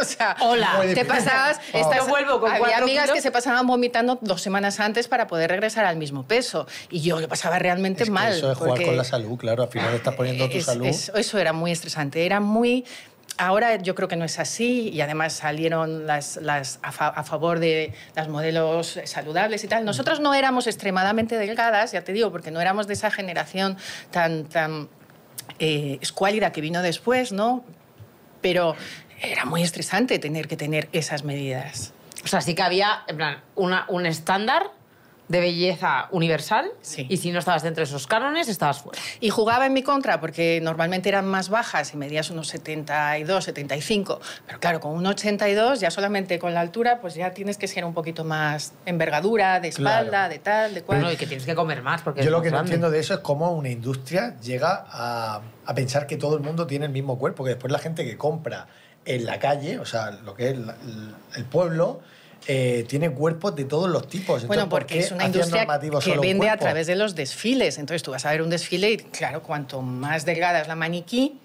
[SPEAKER 6] O sea,
[SPEAKER 3] Hola.
[SPEAKER 2] Muy
[SPEAKER 6] te
[SPEAKER 2] difícil.
[SPEAKER 6] pasabas,
[SPEAKER 2] Wow.
[SPEAKER 6] estás-
[SPEAKER 3] Yo vuelvo con
[SPEAKER 6] había
[SPEAKER 3] cuatro
[SPEAKER 6] amigas
[SPEAKER 3] kilos.
[SPEAKER 6] que se pasaban vomitando dos semanas antes para poder regresar al mismo peso y yo lo pasaba realmente
[SPEAKER 2] Es que
[SPEAKER 6] mal.
[SPEAKER 2] Eso es jugar
[SPEAKER 6] porque-
[SPEAKER 2] con la salud, claro. Al final estás poniendo tu
[SPEAKER 6] Eh, es-
[SPEAKER 2] salud.
[SPEAKER 6] es- eso era muy estresante, era muy... Ahora yo creo que no es así y además salieron las, las a, fa- a favor de las modelos saludables y
[SPEAKER 2] Mm.
[SPEAKER 6] tal. Nosotros no éramos extremadamente delgadas, ya te digo, porque no éramos de esa generación tan, tan eh, escuálida que vino después, ¿no? Pero era muy estresante tener que tener esas medidas.
[SPEAKER 3] O sea, sí que había, en plan, una, un estándar de belleza universal.
[SPEAKER 6] Sí.
[SPEAKER 3] Y si no estabas dentro de esos cánones, estabas fuera.
[SPEAKER 6] Y jugaba en mi contra porque normalmente eran más bajas y medías unos 72, 75. Pero claro, con un 82, ya solamente con la altura, pues ya tienes que ser un poquito más envergadura, de espalda,
[SPEAKER 2] Claro.
[SPEAKER 6] de tal, de cual.
[SPEAKER 3] Bueno, y que tienes que comer más porque
[SPEAKER 2] Yo
[SPEAKER 3] es
[SPEAKER 2] lo
[SPEAKER 3] más
[SPEAKER 2] que no
[SPEAKER 3] grande.
[SPEAKER 2] entiendo de eso es cómo una industria llega a, a pensar que todo el mundo tiene el mismo cuerpo, que después la gente que compra en la calle, o sea, lo que es la- el pueblo, eh, tiene cuerpos de todos los tipos. Entonces,
[SPEAKER 6] Bueno,
[SPEAKER 2] ¿por
[SPEAKER 6] porque
[SPEAKER 2] qué
[SPEAKER 6] es una
[SPEAKER 2] hacían
[SPEAKER 6] industria
[SPEAKER 2] normativo
[SPEAKER 6] que
[SPEAKER 2] solo un
[SPEAKER 6] vende a
[SPEAKER 2] cuerpo?
[SPEAKER 6] través de los desfiles. Entonces tú vas a ver un desfile y, claro, cuanto más delgada es la maniquí...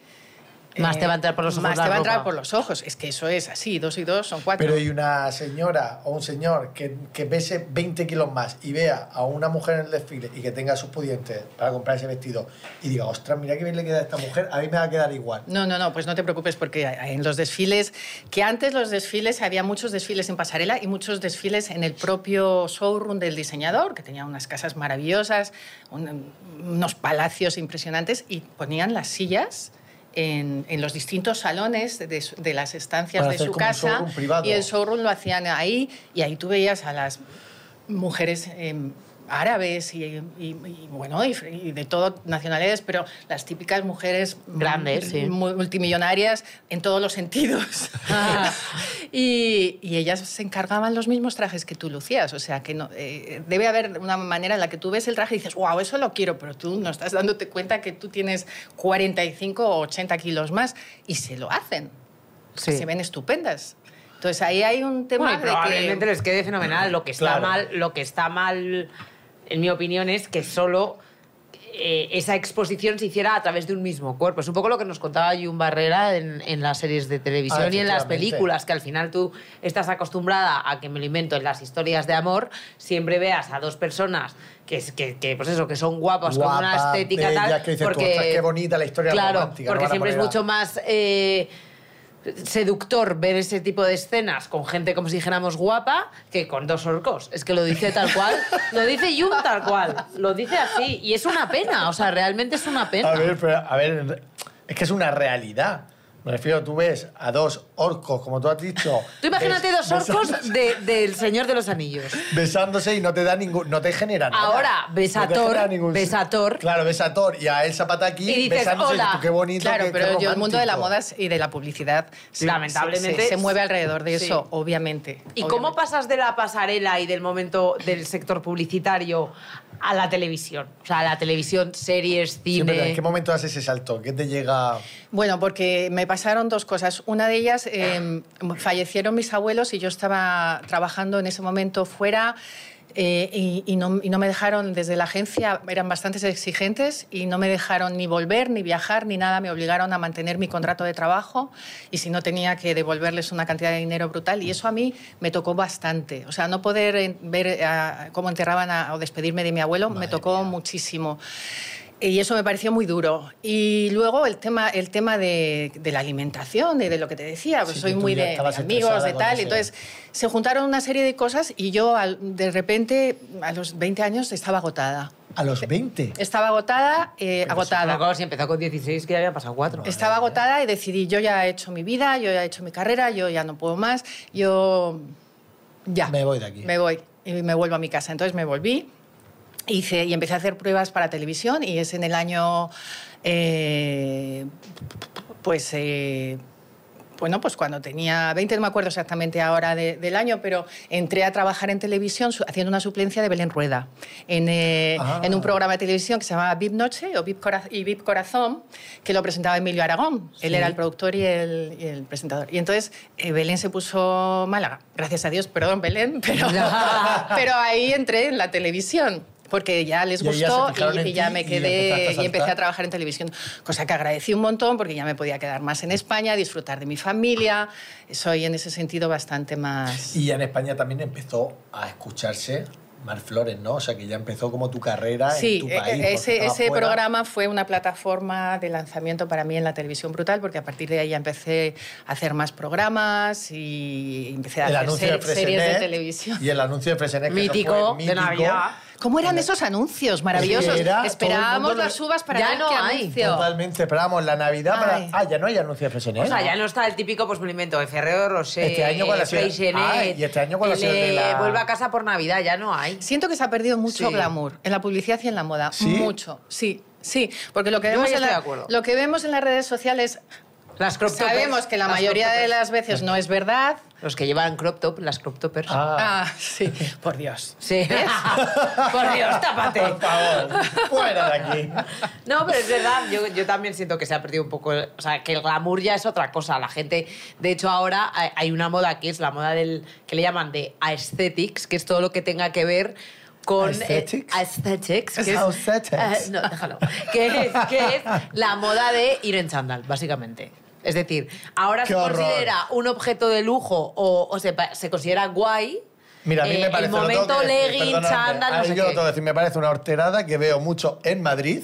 [SPEAKER 3] Más te va a entrar por los ojos
[SPEAKER 6] Eh, Más
[SPEAKER 3] la
[SPEAKER 6] te va a entrar
[SPEAKER 3] ropa.
[SPEAKER 6] por los ojos. Es que eso es así. Dos y dos son cuatro.
[SPEAKER 2] Pero hay una señora o un señor que, que pese 20 kilos más y vea a una mujer en el desfile y que tenga sus pudientes para comprar ese vestido y diga, ostras, mira qué bien le queda a esta mujer, a mí me va a quedar igual.
[SPEAKER 6] No, no, no, pues no te preocupes porque en los desfiles, que antes los desfiles, había muchos desfiles en pasarela y muchos desfiles en el propio showroom del diseñador, que tenía unas casas maravillosas, un- unos palacios impresionantes y ponían las sillas. En, en los distintos salones de, su- de las estancias
[SPEAKER 2] Para
[SPEAKER 6] de
[SPEAKER 2] hacer
[SPEAKER 6] su
[SPEAKER 2] como un
[SPEAKER 6] casa
[SPEAKER 2] showroom privado.
[SPEAKER 6] y el showroom lo hacían ahí y ahí tú veías a las mujeres em, árabes y, y- y, bueno, y, fr- y de todo nacionalidades, pero las típicas mujeres
[SPEAKER 3] Grandes,
[SPEAKER 6] mm,
[SPEAKER 3] sí.
[SPEAKER 6] mu- multimillonarias en todos los sentidos.
[SPEAKER 3] Ah.
[SPEAKER 6] y, y ellas se encargaban los mismos trajes que tú lucías. O sea, que no, eh, debe haber una manera en la que tú ves el traje y dices, wow, eso lo quiero, pero tú no estás dándote cuenta que tú tienes 45 o 80 kilos más y se lo hacen.
[SPEAKER 3] Sí.
[SPEAKER 6] Se ven estupendas. Entonces ahí hay un tema
[SPEAKER 3] Bueno, y
[SPEAKER 6] de que...
[SPEAKER 3] probablemente les quede fenomenal. Lo que está
[SPEAKER 2] Claro.
[SPEAKER 3] mal, lo que está mal, en mi opinión, es que solo eh, esa exposición se hiciera a través de un mismo cuerpo. Es un poco lo que nos contaba Jun Barrera en, en las series de televisión
[SPEAKER 2] Ah,
[SPEAKER 3] y en las
[SPEAKER 2] efectivamente.
[SPEAKER 3] películas, que al final tú estás acostumbrada a que me lo invento en las historias de amor, siempre veas a dos personas que, es- que, que, pues eso, que son guapas, con una
[SPEAKER 2] Guapa,
[SPEAKER 3] estética
[SPEAKER 2] bella,
[SPEAKER 3] tal.
[SPEAKER 2] que dices tú,
[SPEAKER 3] porque,
[SPEAKER 2] "Ostras, qué bonita la historia
[SPEAKER 3] Claro,
[SPEAKER 2] romántica,
[SPEAKER 3] porque
[SPEAKER 2] lo van a
[SPEAKER 3] siempre es
[SPEAKER 2] poner a-
[SPEAKER 3] mucho más... eh, seductor ver ese tipo de escenas con gente como si dijéramos guapa que con dos orcos. Es que lo dice tal cual, lo dice Jung tal cual, lo dice así. Y es una pena, o sea, realmente es una pena.
[SPEAKER 2] A ver, pero, a ver, es que es una realidad. Me refiero, tú ves a dos orcos, como tú has dicho.
[SPEAKER 3] Tú imagínate
[SPEAKER 2] bes-
[SPEAKER 3] dos orcos
[SPEAKER 2] besándose-
[SPEAKER 3] de- del Señor de los Anillos.
[SPEAKER 2] Besándose y no te da ningún. No te genera nada.
[SPEAKER 3] Ahora, ves a
[SPEAKER 2] No te
[SPEAKER 3] Thor,
[SPEAKER 2] genera ningún-
[SPEAKER 3] ves a Thor.
[SPEAKER 2] Claro, ves a Thor y a Elsa Pataki
[SPEAKER 3] Y dices,
[SPEAKER 2] besándose.
[SPEAKER 3] "Hola".
[SPEAKER 2] tú, qué bonito.
[SPEAKER 6] Claro,
[SPEAKER 2] qué- qué
[SPEAKER 6] pero yo el mundo de la
[SPEAKER 2] romántico.
[SPEAKER 6] moda y de la publicidad se-
[SPEAKER 3] Lamentablemente,
[SPEAKER 6] se, se mueve alrededor de
[SPEAKER 3] sí.
[SPEAKER 6] eso, obviamente.
[SPEAKER 3] ¿Y
[SPEAKER 6] obviamente.
[SPEAKER 3] cómo pasas de la pasarela y del momento del sector publicitario a la televisión? O sea, a la televisión, series,
[SPEAKER 2] Sí, pero
[SPEAKER 3] cine...
[SPEAKER 2] ¿En qué momento haces ese salto? ¿Qué te llega?
[SPEAKER 6] Bueno, porque me pasaron dos cosas. Una de ellas, eh, fallecieron mis abuelos y yo estaba trabajando en ese momento fuera. eh, y, y no, y no me dejaron desde la agencia, eran bastante exigentes y no me dejaron ni volver, ni viajar, ni nada, me obligaron a mantener mi contrato de trabajo y si no tenía que devolverles una cantidad de dinero brutal y eso a mí me tocó bastante. O sea, no poder eh, ver eh, a- cómo enterraban a- o despedirme de mi abuelo me tocó muchísimo. Y eso me pareció muy duro. Y luego el tema, el tema de, de la alimentación, de, de lo que te decía, pues
[SPEAKER 2] Sí,
[SPEAKER 6] soy
[SPEAKER 2] que tú
[SPEAKER 6] muy
[SPEAKER 2] ya
[SPEAKER 6] de,
[SPEAKER 2] estabas
[SPEAKER 6] de amigos,
[SPEAKER 2] estresada
[SPEAKER 6] de
[SPEAKER 2] con
[SPEAKER 6] tal.
[SPEAKER 2] ese-
[SPEAKER 6] Entonces se juntaron una serie de cosas y yo al- de repente a los 20 años estaba agotada.
[SPEAKER 2] A los 20.
[SPEAKER 6] Estaba agotada, eh,
[SPEAKER 3] Bueno,
[SPEAKER 6] agotada.
[SPEAKER 3] claro, si empezó con 16, que ya habían pasado cuatro.
[SPEAKER 6] Estaba agotada y decidí, yo ya he hecho mi vida, yo ya he hecho mi carrera, yo ya no puedo más, yo ya.
[SPEAKER 2] Me voy de aquí.
[SPEAKER 6] Me voy y me vuelvo a mi casa. Entonces me volví hice, y empecé a hacer pruebas para televisión y es en el año, eh, pues... eh, bueno, pues cuando tenía 20, no me acuerdo exactamente ahora de- del año, pero entré a trabajar en televisión su- haciendo una suplencia de Belén Rueda en, eh,
[SPEAKER 2] Ah.
[SPEAKER 6] en un programa de televisión que se llamaba VIP Noche o VIP Cora- y VIP Corazón, que lo presentaba Emilio Aragón. Él era el productor y el, y el presentador. Y entonces eh, Belén se puso mala. Gracias a Dios, perdón Belén, pero, pero ahí entré en la televisión. Porque ya les
[SPEAKER 2] Y ahí ya se
[SPEAKER 6] gustó
[SPEAKER 2] fijaron en
[SPEAKER 6] y, y ya
[SPEAKER 2] ti
[SPEAKER 6] me
[SPEAKER 2] y empezaste a
[SPEAKER 6] quedé y empecé a
[SPEAKER 2] saltar.
[SPEAKER 6] trabajar en televisión, cosa que agradecí un montón porque ya me podía quedar más en España, disfrutar de mi familia. Soy en ese sentido bastante más.
[SPEAKER 2] Y ya en España también empezó a escucharse Mar Flores, ¿no? O sea, que ya empezó como tu carrera en
[SPEAKER 6] Sí,
[SPEAKER 2] tu
[SPEAKER 6] e-
[SPEAKER 2] país.
[SPEAKER 6] e-
[SPEAKER 2] porque
[SPEAKER 6] ese,
[SPEAKER 2] estabas
[SPEAKER 6] ese
[SPEAKER 2] fuera.
[SPEAKER 6] programa fue una plataforma de lanzamiento para mí en la televisión brutal, porque a partir de ahí ya empecé a hacer más programas y empecé a
[SPEAKER 2] El
[SPEAKER 6] hacer
[SPEAKER 2] anuncio
[SPEAKER 6] ser-
[SPEAKER 2] de Fresenet.
[SPEAKER 6] series de televisión.
[SPEAKER 2] Y el anuncio de Fresenet. que eso
[SPEAKER 3] Mítico,
[SPEAKER 2] fue
[SPEAKER 3] de Navidad.
[SPEAKER 6] ¿Cómo eran esos anuncios maravillosos?
[SPEAKER 2] Sí, era, todo el
[SPEAKER 6] Esperábamos
[SPEAKER 2] mundo lo-
[SPEAKER 6] las uvas para
[SPEAKER 3] Ya
[SPEAKER 6] ver
[SPEAKER 3] no
[SPEAKER 6] qué
[SPEAKER 3] hay.
[SPEAKER 6] anuncio.
[SPEAKER 2] Totalmente, esperábamos la Navidad
[SPEAKER 6] Ay.
[SPEAKER 2] para... Ah, ya no hay anuncio de Fresenet.
[SPEAKER 3] O sea, ya no está el típico, pues me lo invento, de Ferrero Rocher,
[SPEAKER 2] Este año con la ciudad- Ay, Ah, y este año con la ciudad de la-
[SPEAKER 3] Vuelve a casa por Navidad, ya no hay.
[SPEAKER 6] Siento que se ha perdido mucho
[SPEAKER 3] Sí.
[SPEAKER 6] glamour en la publicidad y en la moda.
[SPEAKER 2] ¿Sí?
[SPEAKER 6] Mucho, sí, sí. Porque lo que,
[SPEAKER 3] Yo
[SPEAKER 6] vemos
[SPEAKER 3] ahí
[SPEAKER 6] en la-
[SPEAKER 3] estoy de acuerdo.
[SPEAKER 6] lo que vemos en las redes sociales,
[SPEAKER 3] Las crop toppers.
[SPEAKER 6] sabemos que la
[SPEAKER 3] Las
[SPEAKER 6] mayoría
[SPEAKER 3] crop
[SPEAKER 6] de
[SPEAKER 3] toppers.
[SPEAKER 6] las veces no es verdad.
[SPEAKER 3] Los que llevan crop top, las crop toppers.
[SPEAKER 2] Ah,
[SPEAKER 6] Ah, sí, por Dios.
[SPEAKER 3] Sí. por Dios, tápate.
[SPEAKER 2] por favor, fuera de aquí.
[SPEAKER 3] No, pero es verdad, yo, yo también siento que se ha perdido un poco, el- o sea, que el glamour ya es otra cosa. La gente, de hecho, ahora hay- hay una moda que es la moda del, que le llaman de aesthetics, que es todo lo que tenga que ver con...
[SPEAKER 2] Aesthetics?
[SPEAKER 3] eh, aesthetics. Que es,
[SPEAKER 2] Aesthetics.
[SPEAKER 3] eh, no, déjalo. Que es, que es la moda de ir en chándal, básicamente. Es decir, ahora
[SPEAKER 2] Qué
[SPEAKER 3] se
[SPEAKER 2] horror.
[SPEAKER 3] considera un objeto de lujo o, o se, pa- se considera guay.
[SPEAKER 2] Mira, a mí
[SPEAKER 3] eh,
[SPEAKER 2] me parece...
[SPEAKER 3] El
[SPEAKER 2] lo tengo
[SPEAKER 3] momento
[SPEAKER 2] que decir,
[SPEAKER 3] legging,
[SPEAKER 2] perdóname,
[SPEAKER 3] chándal, no
[SPEAKER 2] ahí
[SPEAKER 3] sé
[SPEAKER 2] yo
[SPEAKER 3] qué.
[SPEAKER 2] lo tengo que decir, me parece una horterada que veo mucho en Madrid,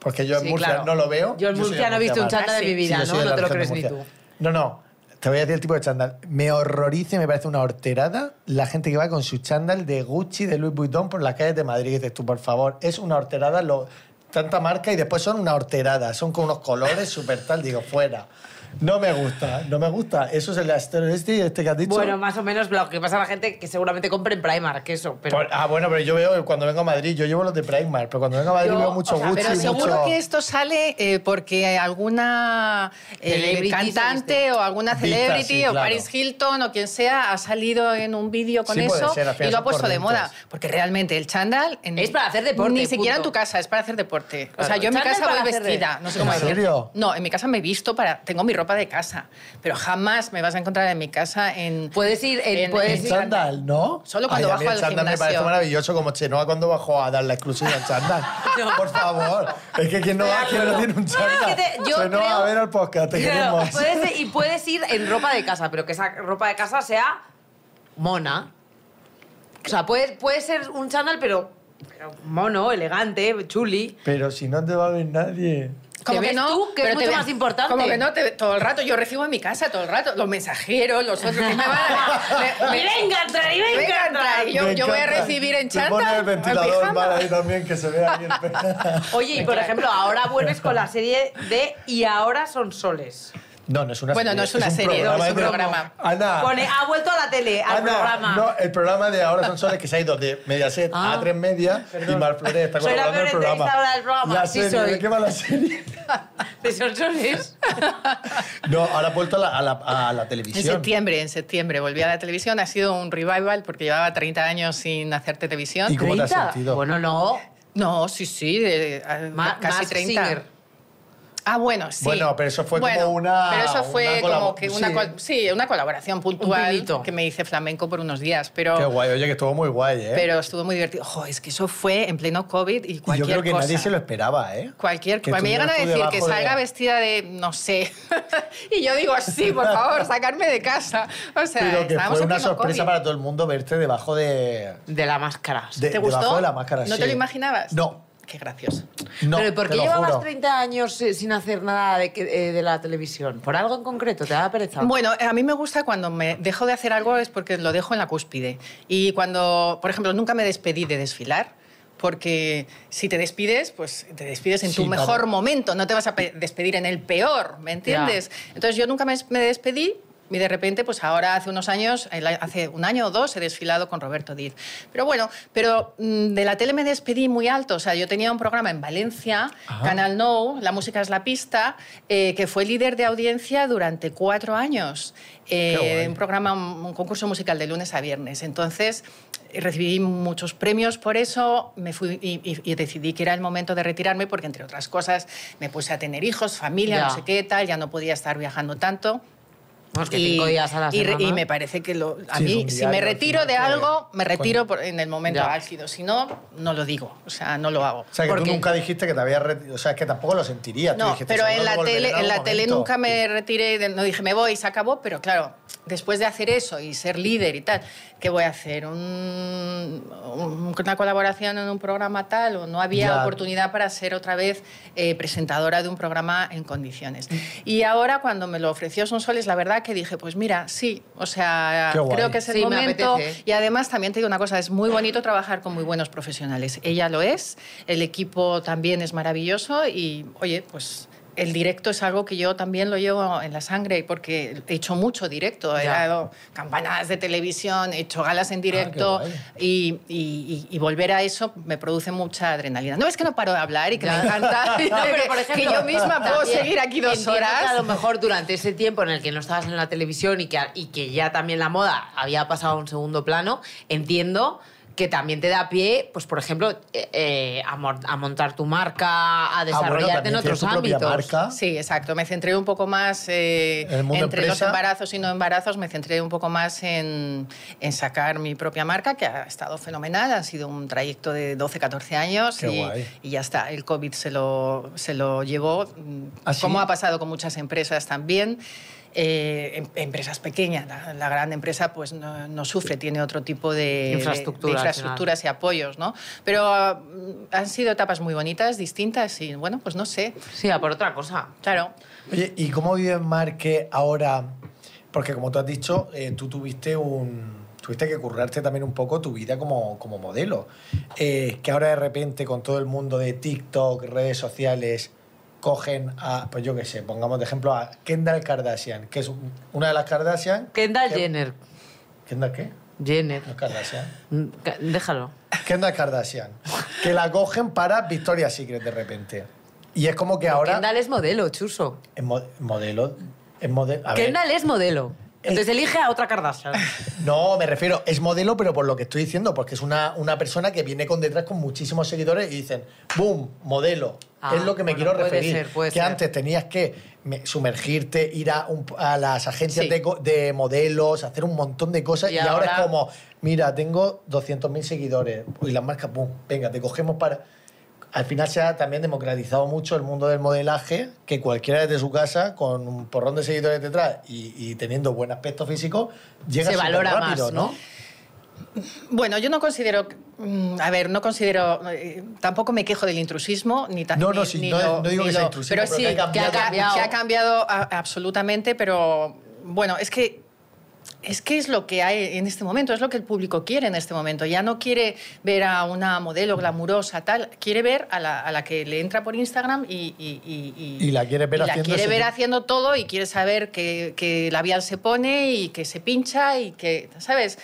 [SPEAKER 2] porque yo en
[SPEAKER 3] Sí,
[SPEAKER 2] Murcia
[SPEAKER 3] claro.
[SPEAKER 2] no lo veo.
[SPEAKER 3] Yo en
[SPEAKER 2] soy de
[SPEAKER 3] Murcia no he visto un
[SPEAKER 2] Murcia,
[SPEAKER 3] chándal
[SPEAKER 6] Ah,
[SPEAKER 3] de mi
[SPEAKER 6] sí.
[SPEAKER 3] vida,
[SPEAKER 2] Sí, yo
[SPEAKER 3] ¿no?
[SPEAKER 2] soy de
[SPEAKER 3] No te
[SPEAKER 2] la
[SPEAKER 3] lo crees
[SPEAKER 2] región
[SPEAKER 3] ni
[SPEAKER 2] de
[SPEAKER 3] tú.
[SPEAKER 2] Murcia. No, no. Te voy a decir el tipo de chándal. Me horroriza y me parece una horterada la gente que va con su chándal de Gucci, de Louis Vuitton por las calles de Madrid. Y dices tú, por favor, es una horterada lo, tanta marca y después son una horterada. Son con unos colores súper tal. Digo, fuera. No me gusta, no me gusta. Eso es el astero este y este que has dicho.
[SPEAKER 3] Bueno, más o menos lo que pasa a la gente que seguramente compre en Primark, eso. Pero...
[SPEAKER 2] Por- ah, bueno, pero yo veo que cuando vengo a Madrid, yo llevo los de Primark, pero cuando vengo a Madrid
[SPEAKER 3] Yo,
[SPEAKER 2] veo
[SPEAKER 3] o
[SPEAKER 2] mucho
[SPEAKER 3] sea,
[SPEAKER 2] Gucci,
[SPEAKER 6] Ah, Pero seguro
[SPEAKER 2] mucho-
[SPEAKER 6] que esto sale eh, porque alguna eh,
[SPEAKER 3] Celebrity
[SPEAKER 6] cantante o alguna
[SPEAKER 2] Vista,
[SPEAKER 6] celebrity
[SPEAKER 2] este, sí,
[SPEAKER 6] o
[SPEAKER 2] claro.
[SPEAKER 6] Paris Hilton o quien sea ha salido en un vídeo con
[SPEAKER 2] Sí, puede
[SPEAKER 6] eso
[SPEAKER 2] ser, al final
[SPEAKER 6] y lo ha
[SPEAKER 2] son
[SPEAKER 6] puesto de
[SPEAKER 2] corrientes.
[SPEAKER 6] moda. Porque realmente el chándal... en-
[SPEAKER 3] Es para hacer deporte,
[SPEAKER 6] Ni siquiera en
[SPEAKER 3] punto.
[SPEAKER 6] tu casa, es para hacer deporte. o sea,
[SPEAKER 3] Claro,
[SPEAKER 6] yo en mi
[SPEAKER 3] chándal
[SPEAKER 6] casa
[SPEAKER 3] para
[SPEAKER 6] voy
[SPEAKER 3] hacer de-
[SPEAKER 6] vestida. No sé cómo
[SPEAKER 2] ¿En
[SPEAKER 6] decirlo.
[SPEAKER 2] serio?
[SPEAKER 6] No, en mi casa me he visto para... Tengo mi ropa de casa, pero jamás me vas a encontrar en mi casa en...
[SPEAKER 3] Puedes ir en- puedes
[SPEAKER 2] En
[SPEAKER 3] ir-
[SPEAKER 2] chándal, ¿no?
[SPEAKER 6] Solo cuando
[SPEAKER 2] Ay, a
[SPEAKER 6] bajo
[SPEAKER 2] mí el
[SPEAKER 6] al
[SPEAKER 2] chándal me
[SPEAKER 6] gimnasio.
[SPEAKER 2] parece maravilloso, como Chenoa cuando bajó a dar la exclusiva al chándal. Por favor. Es que ¿quién no, va, quién no tiene un chándal?
[SPEAKER 3] Es que te- yo
[SPEAKER 2] Chenoa,
[SPEAKER 3] creo-
[SPEAKER 2] a ver al podcast, te
[SPEAKER 3] Claro,
[SPEAKER 2] queremos.
[SPEAKER 3] puedes ir- y puedes ir en ropa de casa, pero que esa ropa de casa sea mona. O sea, puede, puede ser un chándal, pero, pero mono, elegante, chuli.
[SPEAKER 2] Pero si no te va a ver nadie.
[SPEAKER 3] ¿Te ves tú? Que es
[SPEAKER 6] te
[SPEAKER 3] mucho
[SPEAKER 6] ve-
[SPEAKER 3] más importante.
[SPEAKER 6] Como que no, te, todo el rato yo recibo en mi casa, todo el rato, los mensajeros, los otros que me van a... me- me-
[SPEAKER 3] venga a entrar y
[SPEAKER 6] me
[SPEAKER 3] venga a
[SPEAKER 6] encanta.
[SPEAKER 3] entrar.
[SPEAKER 6] Yo,
[SPEAKER 2] Me
[SPEAKER 6] yo voy a
[SPEAKER 2] encanta.
[SPEAKER 6] recibir en
[SPEAKER 2] Te pones el
[SPEAKER 6] chándal. o en
[SPEAKER 2] ventilador
[SPEAKER 6] pijama.
[SPEAKER 2] mal ahí también, que se vea ahí el pe-
[SPEAKER 3] Oye, y por ejemplo, ahora vuelves con la serie de Y ahora son soles.
[SPEAKER 2] No, no es una
[SPEAKER 6] Bueno, no es una serie,
[SPEAKER 2] programa
[SPEAKER 6] es un
[SPEAKER 2] de-
[SPEAKER 6] programa.
[SPEAKER 2] Ana,
[SPEAKER 3] Pone, ha vuelto a la tele, al
[SPEAKER 2] Ana,
[SPEAKER 3] programa.
[SPEAKER 2] Ah, No, el programa de ahora son soles que se ha ido de Mediaset
[SPEAKER 3] Ah,
[SPEAKER 2] a tres media y Mar Flores está
[SPEAKER 3] Soy la
[SPEAKER 2] colaborando en el
[SPEAKER 3] peor
[SPEAKER 2] programa.
[SPEAKER 3] entrevistadora del programa,
[SPEAKER 2] La
[SPEAKER 3] sí
[SPEAKER 2] serie,
[SPEAKER 3] soy.
[SPEAKER 2] ¿de qué va la serie?
[SPEAKER 3] De son soles.
[SPEAKER 2] No, ahora ha vuelto a la, a la- a la
[SPEAKER 6] En
[SPEAKER 2] televisión.
[SPEAKER 6] septiembre, en septiembre volví a la televisión. Ha sido un revival porque llevaba 30 años sin hacer televisión.
[SPEAKER 2] ¿Y cómo te has
[SPEAKER 3] ¿Treinta?
[SPEAKER 2] sentido?
[SPEAKER 3] Bueno, no.
[SPEAKER 6] No, sí, sí, de- a-
[SPEAKER 3] Ma-
[SPEAKER 6] casi
[SPEAKER 3] Mask
[SPEAKER 6] 30.
[SPEAKER 3] Singer.
[SPEAKER 6] Ah, bueno, sí.
[SPEAKER 2] Bueno, pero eso fue como
[SPEAKER 6] Bueno,
[SPEAKER 2] una-
[SPEAKER 6] Pero eso
[SPEAKER 2] una
[SPEAKER 6] fue
[SPEAKER 2] colabo-
[SPEAKER 6] como que una,
[SPEAKER 2] sí.
[SPEAKER 6] col- sí, una colaboración puntual
[SPEAKER 3] pibito.
[SPEAKER 6] que me hice flamenco por unos días. Pero
[SPEAKER 2] Qué guay, oye, que estuvo muy guay, ¿eh?
[SPEAKER 6] Pero estuvo muy divertido. Jo, es que eso fue en pleno COVID y
[SPEAKER 2] Y yo
[SPEAKER 6] cualquier
[SPEAKER 2] creo que
[SPEAKER 6] cosa.
[SPEAKER 2] nadie se lo esperaba, ¿eh?
[SPEAKER 6] Cualquier
[SPEAKER 2] Que
[SPEAKER 6] cosa. Me llegan a
[SPEAKER 2] estuvieras tú
[SPEAKER 6] decir que
[SPEAKER 2] debajo de-
[SPEAKER 6] salga vestida de, no sé. y yo digo, sí, por favor, sacarme de casa. O sea,
[SPEAKER 2] Pero que
[SPEAKER 6] estábamos
[SPEAKER 2] fue
[SPEAKER 6] en
[SPEAKER 2] una
[SPEAKER 6] pleno
[SPEAKER 2] sorpresa
[SPEAKER 6] COVID.
[SPEAKER 2] para todo el mundo verte debajo de...
[SPEAKER 3] De la máscara.
[SPEAKER 2] de-
[SPEAKER 6] ¿Te gustó?
[SPEAKER 2] Debajo de la máscara,
[SPEAKER 6] ¿No
[SPEAKER 2] sí.
[SPEAKER 6] te lo imaginabas?
[SPEAKER 2] No,
[SPEAKER 6] Qué gracioso.
[SPEAKER 2] no,
[SPEAKER 3] Pero ¿y por
[SPEAKER 2] te
[SPEAKER 3] qué
[SPEAKER 2] lo
[SPEAKER 3] llevabas
[SPEAKER 2] juro.
[SPEAKER 3] 30 años eh, sin hacer nada de, que- eh, de la televisión? ¿Por algo en concreto? ¿Te daba pereza?
[SPEAKER 6] Bueno, eh, a mí me gusta cuando me dejo de hacer algo es porque lo dejo en la cúspide. Y cuando, por ejemplo, nunca me despedí de desfilar. Porque si te despides, pues te despides en
[SPEAKER 2] Sí,
[SPEAKER 6] tu
[SPEAKER 2] claro.
[SPEAKER 6] mejor momento, no te vas a pe- despedir en el peor, ¿me entiendes? Entonces yo nunca me, des- me despedí y de repente, pues ahora hace unos años, el a- hace un año o dos, he desfilado con Roberto Díez. Pero bueno, pero mm, de la tele me despedí muy alto, o sea, yo tenía un programa en Valencia, Canal No, La Música es la Pista, eh, que fue líder de audiencia durante cuatro años. Eh,
[SPEAKER 2] Qué guay.
[SPEAKER 6] un programa, un un concurso musical de lunes a viernes. Entonces eh, recibí muchos premios por eso, me fui y, y- y decidí que era el momento de retirarme porque, entre otras cosas, me puse a tener hijos, familia,
[SPEAKER 3] Ya.
[SPEAKER 6] no sé qué tal, ya no podía estar viajando tanto.
[SPEAKER 3] Vamos, Pues que cinco días a la
[SPEAKER 6] y re-
[SPEAKER 3] semana.
[SPEAKER 6] y me parece que lo- a
[SPEAKER 2] Sí, es
[SPEAKER 6] mí,
[SPEAKER 2] un
[SPEAKER 6] si
[SPEAKER 2] diario,
[SPEAKER 6] me
[SPEAKER 2] al
[SPEAKER 6] retiro
[SPEAKER 2] final
[SPEAKER 6] de
[SPEAKER 2] te-
[SPEAKER 6] algo, me retiro por- en el momento
[SPEAKER 3] Ya.
[SPEAKER 6] álgido. Si no, no lo digo, o sea, no lo hago.
[SPEAKER 2] O sea, que
[SPEAKER 3] Porque-
[SPEAKER 2] tú nunca dijiste que te habías retirado. O sea, es que tampoco lo sentirías. Tú
[SPEAKER 6] No,
[SPEAKER 2] dijiste,
[SPEAKER 6] pero en
[SPEAKER 2] "Seguro
[SPEAKER 6] la,
[SPEAKER 2] volveré
[SPEAKER 6] tele, en
[SPEAKER 2] algún
[SPEAKER 6] la tele
[SPEAKER 2] momento". Ah,
[SPEAKER 6] nunca me retiré, de- no dije me voy, se acabó, pero claro, después de hacer eso y ser líder y tal, ¿qué voy a hacer? Un- un- ¿Una colaboración en un programa tal? ¿O no había
[SPEAKER 2] Ya.
[SPEAKER 6] oportunidad para ser otra vez eh, presentadora de un programa en condiciones?
[SPEAKER 2] Mm.
[SPEAKER 6] Y ahora cuando me lo ofreció Sonsoles, la verdad que dije, pues mira, sí, o sea,
[SPEAKER 2] Qué guay.
[SPEAKER 6] creo que es el
[SPEAKER 3] Sí, me
[SPEAKER 6] momento.
[SPEAKER 3] apetece.
[SPEAKER 6] Y además también te digo una cosa, es muy bonito trabajar con muy buenos profesionales. Ella lo es, el equipo también es maravilloso y, oye, pues el directo es algo que yo también lo llevo en la sangre porque he hecho mucho directo, he
[SPEAKER 3] Ya. Ah,
[SPEAKER 6] dado campanadas de televisión, he hecho galas en directo
[SPEAKER 2] guay.
[SPEAKER 6] y, y- y- y volver a eso me produce mucha adrenalina. No es que no paro de hablar y que
[SPEAKER 3] Ya.
[SPEAKER 6] me encanta,
[SPEAKER 3] No, pero por
[SPEAKER 6] que-
[SPEAKER 3] ejemplo,
[SPEAKER 6] que yo misma puedo
[SPEAKER 3] también
[SPEAKER 6] seguir aquí dos
[SPEAKER 3] entiendo
[SPEAKER 6] horas.
[SPEAKER 3] que a lo mejor durante ese tiempo en el que no estabas en la televisión y que, y que ya también la moda había pasado a un segundo plano, entiendo que también te da pie, pues por ejemplo, eh, eh, a, mor- a montar tu marca, a
[SPEAKER 2] Ah, bueno,
[SPEAKER 3] desarrollarte
[SPEAKER 2] también
[SPEAKER 3] en otros
[SPEAKER 2] tienes tu propia
[SPEAKER 3] ámbitos.
[SPEAKER 2] marca.
[SPEAKER 6] Sí, exacto. Me centré un poco más eh,
[SPEAKER 2] El mundo
[SPEAKER 6] entre los
[SPEAKER 2] empresa.
[SPEAKER 6] embarazos y no embarazos. Me centré un poco más en, en sacar mi propia marca, que ha estado fenomenal. Ha sido un trayecto de 12, 14 años
[SPEAKER 2] Qué
[SPEAKER 6] y,
[SPEAKER 2] guay.
[SPEAKER 6] y ya está. El COVID se lo, se lo llevó, mm,
[SPEAKER 2] ¿Ah, sí?
[SPEAKER 6] como ha pasado con muchas empresas también. Eh, em- empresas pequeñas, la, la gran empresa pues no, no sufre, tiene otro tipo de,
[SPEAKER 3] Infraestructura,
[SPEAKER 6] de infraestructuras y apoyos, ¿no? Pero ah, han sido etapas muy bonitas, distintas y bueno, pues no sé,
[SPEAKER 3] Sí, a por otra cosa.
[SPEAKER 6] claro.
[SPEAKER 2] Oye, ¿y cómo vive Marque ahora? Porque como tú has dicho, eh, tú tuviste un... Tuviste que currarte también un poco tu vida como, como modelo. Eh, que ahora de repente con todo el mundo de TikTok, redes sociales, cogen a, pues yo qué sé, pongamos de ejemplo a Kendall Kardashian, que es un- una de las Kardashian.
[SPEAKER 3] Kendall
[SPEAKER 2] que-
[SPEAKER 3] Jenner.
[SPEAKER 2] ¿Kendall qué?
[SPEAKER 3] Jenner.
[SPEAKER 2] No es Kardashian.
[SPEAKER 3] Mm, ca- Déjalo.
[SPEAKER 2] Kendall Kardashian. Que la cogen para Victoria's Secret de repente. Y es como que ahora
[SPEAKER 3] Kendall es modelo, chuso.
[SPEAKER 2] es mo- modelo. Es modelo.
[SPEAKER 3] Kendall es modelo. Entonces elige a otra Kardashian.
[SPEAKER 2] No, me refiero, es modelo, pero por lo que estoy diciendo, porque es una, una persona que viene con detrás con muchísimos seguidores y dicen, ¡boom! Modelo.
[SPEAKER 3] Ah,
[SPEAKER 2] es lo que me
[SPEAKER 3] bueno,
[SPEAKER 2] quiero
[SPEAKER 3] puede
[SPEAKER 2] referir.
[SPEAKER 3] ser, puede
[SPEAKER 2] que
[SPEAKER 3] ser.
[SPEAKER 2] antes tenías que me- sumergirte, ir a, un- a las agencias
[SPEAKER 3] Sí.
[SPEAKER 2] de, co- de modelos, hacer un montón de cosas.
[SPEAKER 3] Y
[SPEAKER 2] Y, ahora,
[SPEAKER 3] ahora-
[SPEAKER 2] es como, mira, tengo 200.000 seguidores. Y las marcas, ¡boom! Venga, te cogemos para... Al final se ha también democratizado mucho el mundo del modelaje, que cualquiera desde su casa, con un porrón de seguidores detrás y, y teniendo buen aspecto físico, llega
[SPEAKER 3] Se valora más,
[SPEAKER 2] rápido,
[SPEAKER 3] ¿no?
[SPEAKER 6] Bueno, yo no considero. mm, A ver, no considero. eh, Tampoco me quejo del intrusismo, ni tan.
[SPEAKER 2] No, no,
[SPEAKER 6] ni-
[SPEAKER 2] sí,
[SPEAKER 6] ni
[SPEAKER 2] no-
[SPEAKER 6] lo-
[SPEAKER 2] no digo
[SPEAKER 6] ni
[SPEAKER 2] que sea
[SPEAKER 6] lo-
[SPEAKER 2] intrusismo,
[SPEAKER 6] Pero
[SPEAKER 2] pero
[SPEAKER 6] sí,
[SPEAKER 2] que ha
[SPEAKER 6] que ha
[SPEAKER 3] cambiado.
[SPEAKER 6] cambiado, que ha cambiado a- absolutamente, pero bueno, es que. Es que es lo que hay en este momento, es lo que el público quiere en este momento. Ya no quiere ver a una modelo glamurosa, tal, quiere ver a la, a la que le entra por Instagram y... Y, y-
[SPEAKER 2] Y la quiere ver
[SPEAKER 6] y
[SPEAKER 2] haciendo
[SPEAKER 6] quiere
[SPEAKER 2] ese
[SPEAKER 6] ver
[SPEAKER 2] tipo-
[SPEAKER 6] haciendo todo y quiere saber que, que labial se pone y que se pincha y que, ¿sabes?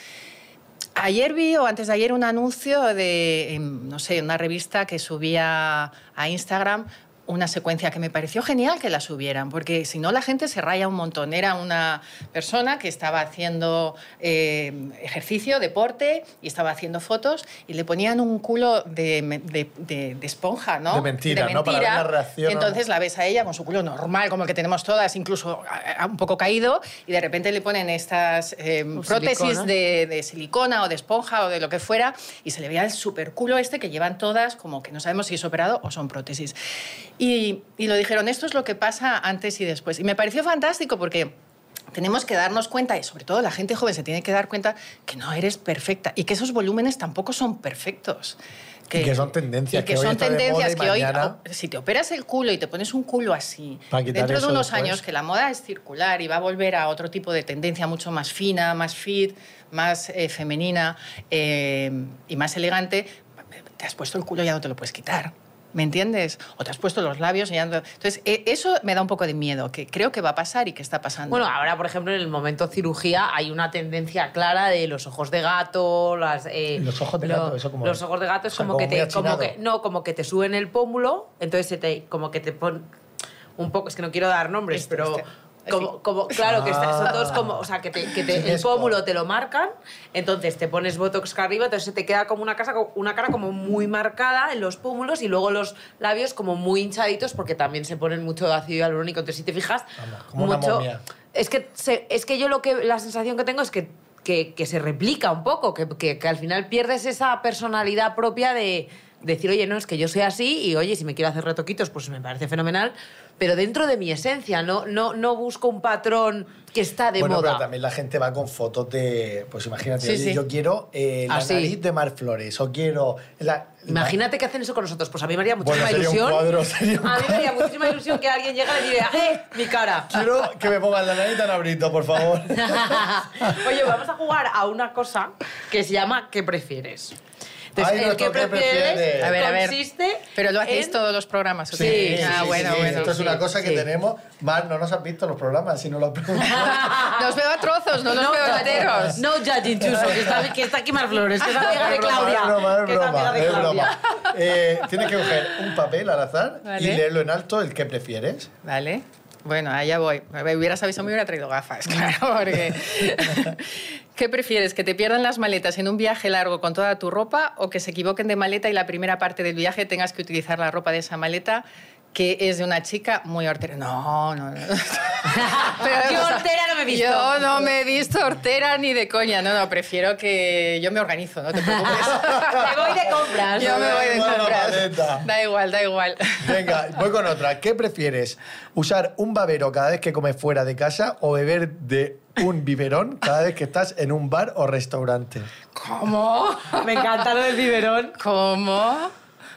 [SPEAKER 6] Ayer vi o antes de ayer un anuncio de, em, no sé, una revista que subía a Instagram una secuencia que me pareció genial que la subieran, porque si no la gente se raya un montón. Era una persona que estaba haciendo eh, ejercicio, deporte, y estaba haciendo fotos, y le ponían un culo de, me- de- de- de esponja, ¿no?
[SPEAKER 2] De mentira, ¿no? Para ver
[SPEAKER 6] mentira.
[SPEAKER 2] la reacción.
[SPEAKER 6] Y Entonces la ves a ella con su culo normal, como el que tenemos todas, incluso a- a- un poco caído, y de repente le ponen estas em,
[SPEAKER 3] O
[SPEAKER 6] prótesis
[SPEAKER 3] silicona.
[SPEAKER 6] de, de silicona o de esponja o de lo que fuera y se le veía el superculo este que llevan todas, como que no sabemos si es operado o son prótesis. Y, y lo dijeron, esto es lo que pasa antes y después. Y me pareció fantástico porque... Tenemos que darnos cuenta, y sobre todo la gente joven se tiene que dar cuenta, que no eres perfecta y que esos volúmenes tampoco son perfectos.
[SPEAKER 2] Y que son tendencias,
[SPEAKER 6] y que,
[SPEAKER 2] que hoy
[SPEAKER 6] son
[SPEAKER 2] está de moda y
[SPEAKER 6] tendencias que hoy,
[SPEAKER 2] mañana-
[SPEAKER 6] o- si te operas el culo y te pones un culo así,
[SPEAKER 2] Para quitar
[SPEAKER 6] dentro de
[SPEAKER 2] eso
[SPEAKER 6] unos
[SPEAKER 2] después.
[SPEAKER 6] años que la moda es circular y va a volver a otro tipo de tendencia mucho más fina, más fit, más eh, femenina eh, y más elegante, te has puesto el culo y ya no te lo puedes quitar. ¿Me entiendes? O te has puesto los labios y ya no... Entonces, e- eso me da un poco de miedo, que creo que va a pasar y que está pasando.
[SPEAKER 3] Bueno, ahora, por ejemplo, en el momento cirugía hay una tendencia clara de los ojos de gato, las... eh,
[SPEAKER 2] Los ojos de gato, eso como-
[SPEAKER 3] Los ojos de gato es
[SPEAKER 2] o sea,
[SPEAKER 3] como,
[SPEAKER 2] como
[SPEAKER 3] que
[SPEAKER 2] muy
[SPEAKER 3] te... como
[SPEAKER 2] achinado.
[SPEAKER 3] que- no, como que te suben el pómulo, entonces se te, como que te pon... Un poco, es que no quiero dar nombres,
[SPEAKER 6] Este,
[SPEAKER 3] pero...
[SPEAKER 6] este. Sí.
[SPEAKER 3] Como, como- claro, que está- son
[SPEAKER 2] Ah.
[SPEAKER 3] todos como, o sea, que, te, que te- el
[SPEAKER 2] Chinesco.
[SPEAKER 3] pómulo te lo marcan, entonces te pones botox acá arriba, entonces se te queda como una, casa, una cara como muy marcada en los pómulos y luego los labios como muy hinchaditos porque también se ponen mucho de ácido hialurónico, entonces si te fijas,
[SPEAKER 2] Vamos, como una momia.
[SPEAKER 3] es que, se- es que yo lo que la sensación que tengo es que, que, que se replica un poco, que, que- que al final pierdes esa personalidad propia de decir, oye, no, es que yo soy así y oye, si me quiero hacer retoquitos, pues me parece fenomenal, pero dentro de mi esencia, no, no, no busco un patrón que está de
[SPEAKER 2] bueno,
[SPEAKER 3] moda.
[SPEAKER 2] pero también la gente va con fotos de. Pues imagínate,
[SPEAKER 3] Sí,
[SPEAKER 2] oye,
[SPEAKER 3] sí.
[SPEAKER 2] yo quiero eh, la
[SPEAKER 3] Así.
[SPEAKER 2] nariz de Mar Flores, o quiero. la-
[SPEAKER 3] Imagínate que hacen eso con nosotros. Pues a mí me haría
[SPEAKER 2] Bueno,
[SPEAKER 3] muchísima
[SPEAKER 2] sería un
[SPEAKER 3] ilusión.
[SPEAKER 2] cuadro, sería un
[SPEAKER 3] a mí me haría muchísima ilusión que alguien llegara y diga, ¡eh! Mi cara.
[SPEAKER 2] Quiero que me pongan la nariz tan abrito, por favor.
[SPEAKER 3] Oye, vamos a jugar a una cosa que se llama ¿Qué prefieres? Entonces,
[SPEAKER 2] Ay,
[SPEAKER 3] el
[SPEAKER 2] nuestro
[SPEAKER 3] que
[SPEAKER 2] ¿qué
[SPEAKER 3] prefieres,
[SPEAKER 2] prefieres?
[SPEAKER 6] A ver, a ver.
[SPEAKER 3] consiste.
[SPEAKER 6] Pero lo hacéis
[SPEAKER 3] en-
[SPEAKER 6] todos los programas, ¿o
[SPEAKER 3] Sí,
[SPEAKER 6] qué?
[SPEAKER 3] sí,
[SPEAKER 6] Ah,
[SPEAKER 3] sí,
[SPEAKER 6] bueno,
[SPEAKER 3] sí,
[SPEAKER 6] bueno.
[SPEAKER 2] Esto es
[SPEAKER 3] sí,
[SPEAKER 2] una cosa que
[SPEAKER 3] sí.
[SPEAKER 2] tenemos. Mar, no nos has visto los programas, si no lo preguntas.
[SPEAKER 6] Los veo a trozos, no los veo enteros.
[SPEAKER 3] No judging, Chuso, que está, que está aquí Mar Flores, que es amiga de
[SPEAKER 2] Es broma,
[SPEAKER 3] Claudia.
[SPEAKER 2] Es broma, es
[SPEAKER 3] que es amiga
[SPEAKER 2] broma.
[SPEAKER 3] de
[SPEAKER 2] Es
[SPEAKER 3] Claudia.
[SPEAKER 2] broma. Eh, tienes que coger un papel al azar y
[SPEAKER 6] Vale.
[SPEAKER 2] leerlo en alto el que prefieres.
[SPEAKER 6] Vale. Bueno, allá voy. Me hubieras avisado, me hubiera traído gafas, claro, porque... ¿Qué prefieres, que te pierdan las maletas en un viaje largo con toda tu ropa o que se equivoquen de maleta y la primera parte del viaje tengas que utilizar la ropa de esa maleta que es de una chica muy hortera? No, no, no. Pero,
[SPEAKER 3] Yo hortera no me he visto.
[SPEAKER 6] Yo no me he visto hortera ni de coña. No, no, prefiero que... Yo me organizo, no te preocupes.
[SPEAKER 3] Me voy de compras.
[SPEAKER 6] Yo me voy de
[SPEAKER 2] Da igual la maleta.
[SPEAKER 6] compras. Da igual, da igual.
[SPEAKER 2] Venga, voy con otra. ¿Qué prefieres? ¿Usar un babero cada vez que comes fuera de casa o beber de un biberón cada vez que estás en un bar o restaurante?
[SPEAKER 6] ¿Cómo?
[SPEAKER 3] Me encanta lo del biberón.
[SPEAKER 6] ¿Cómo?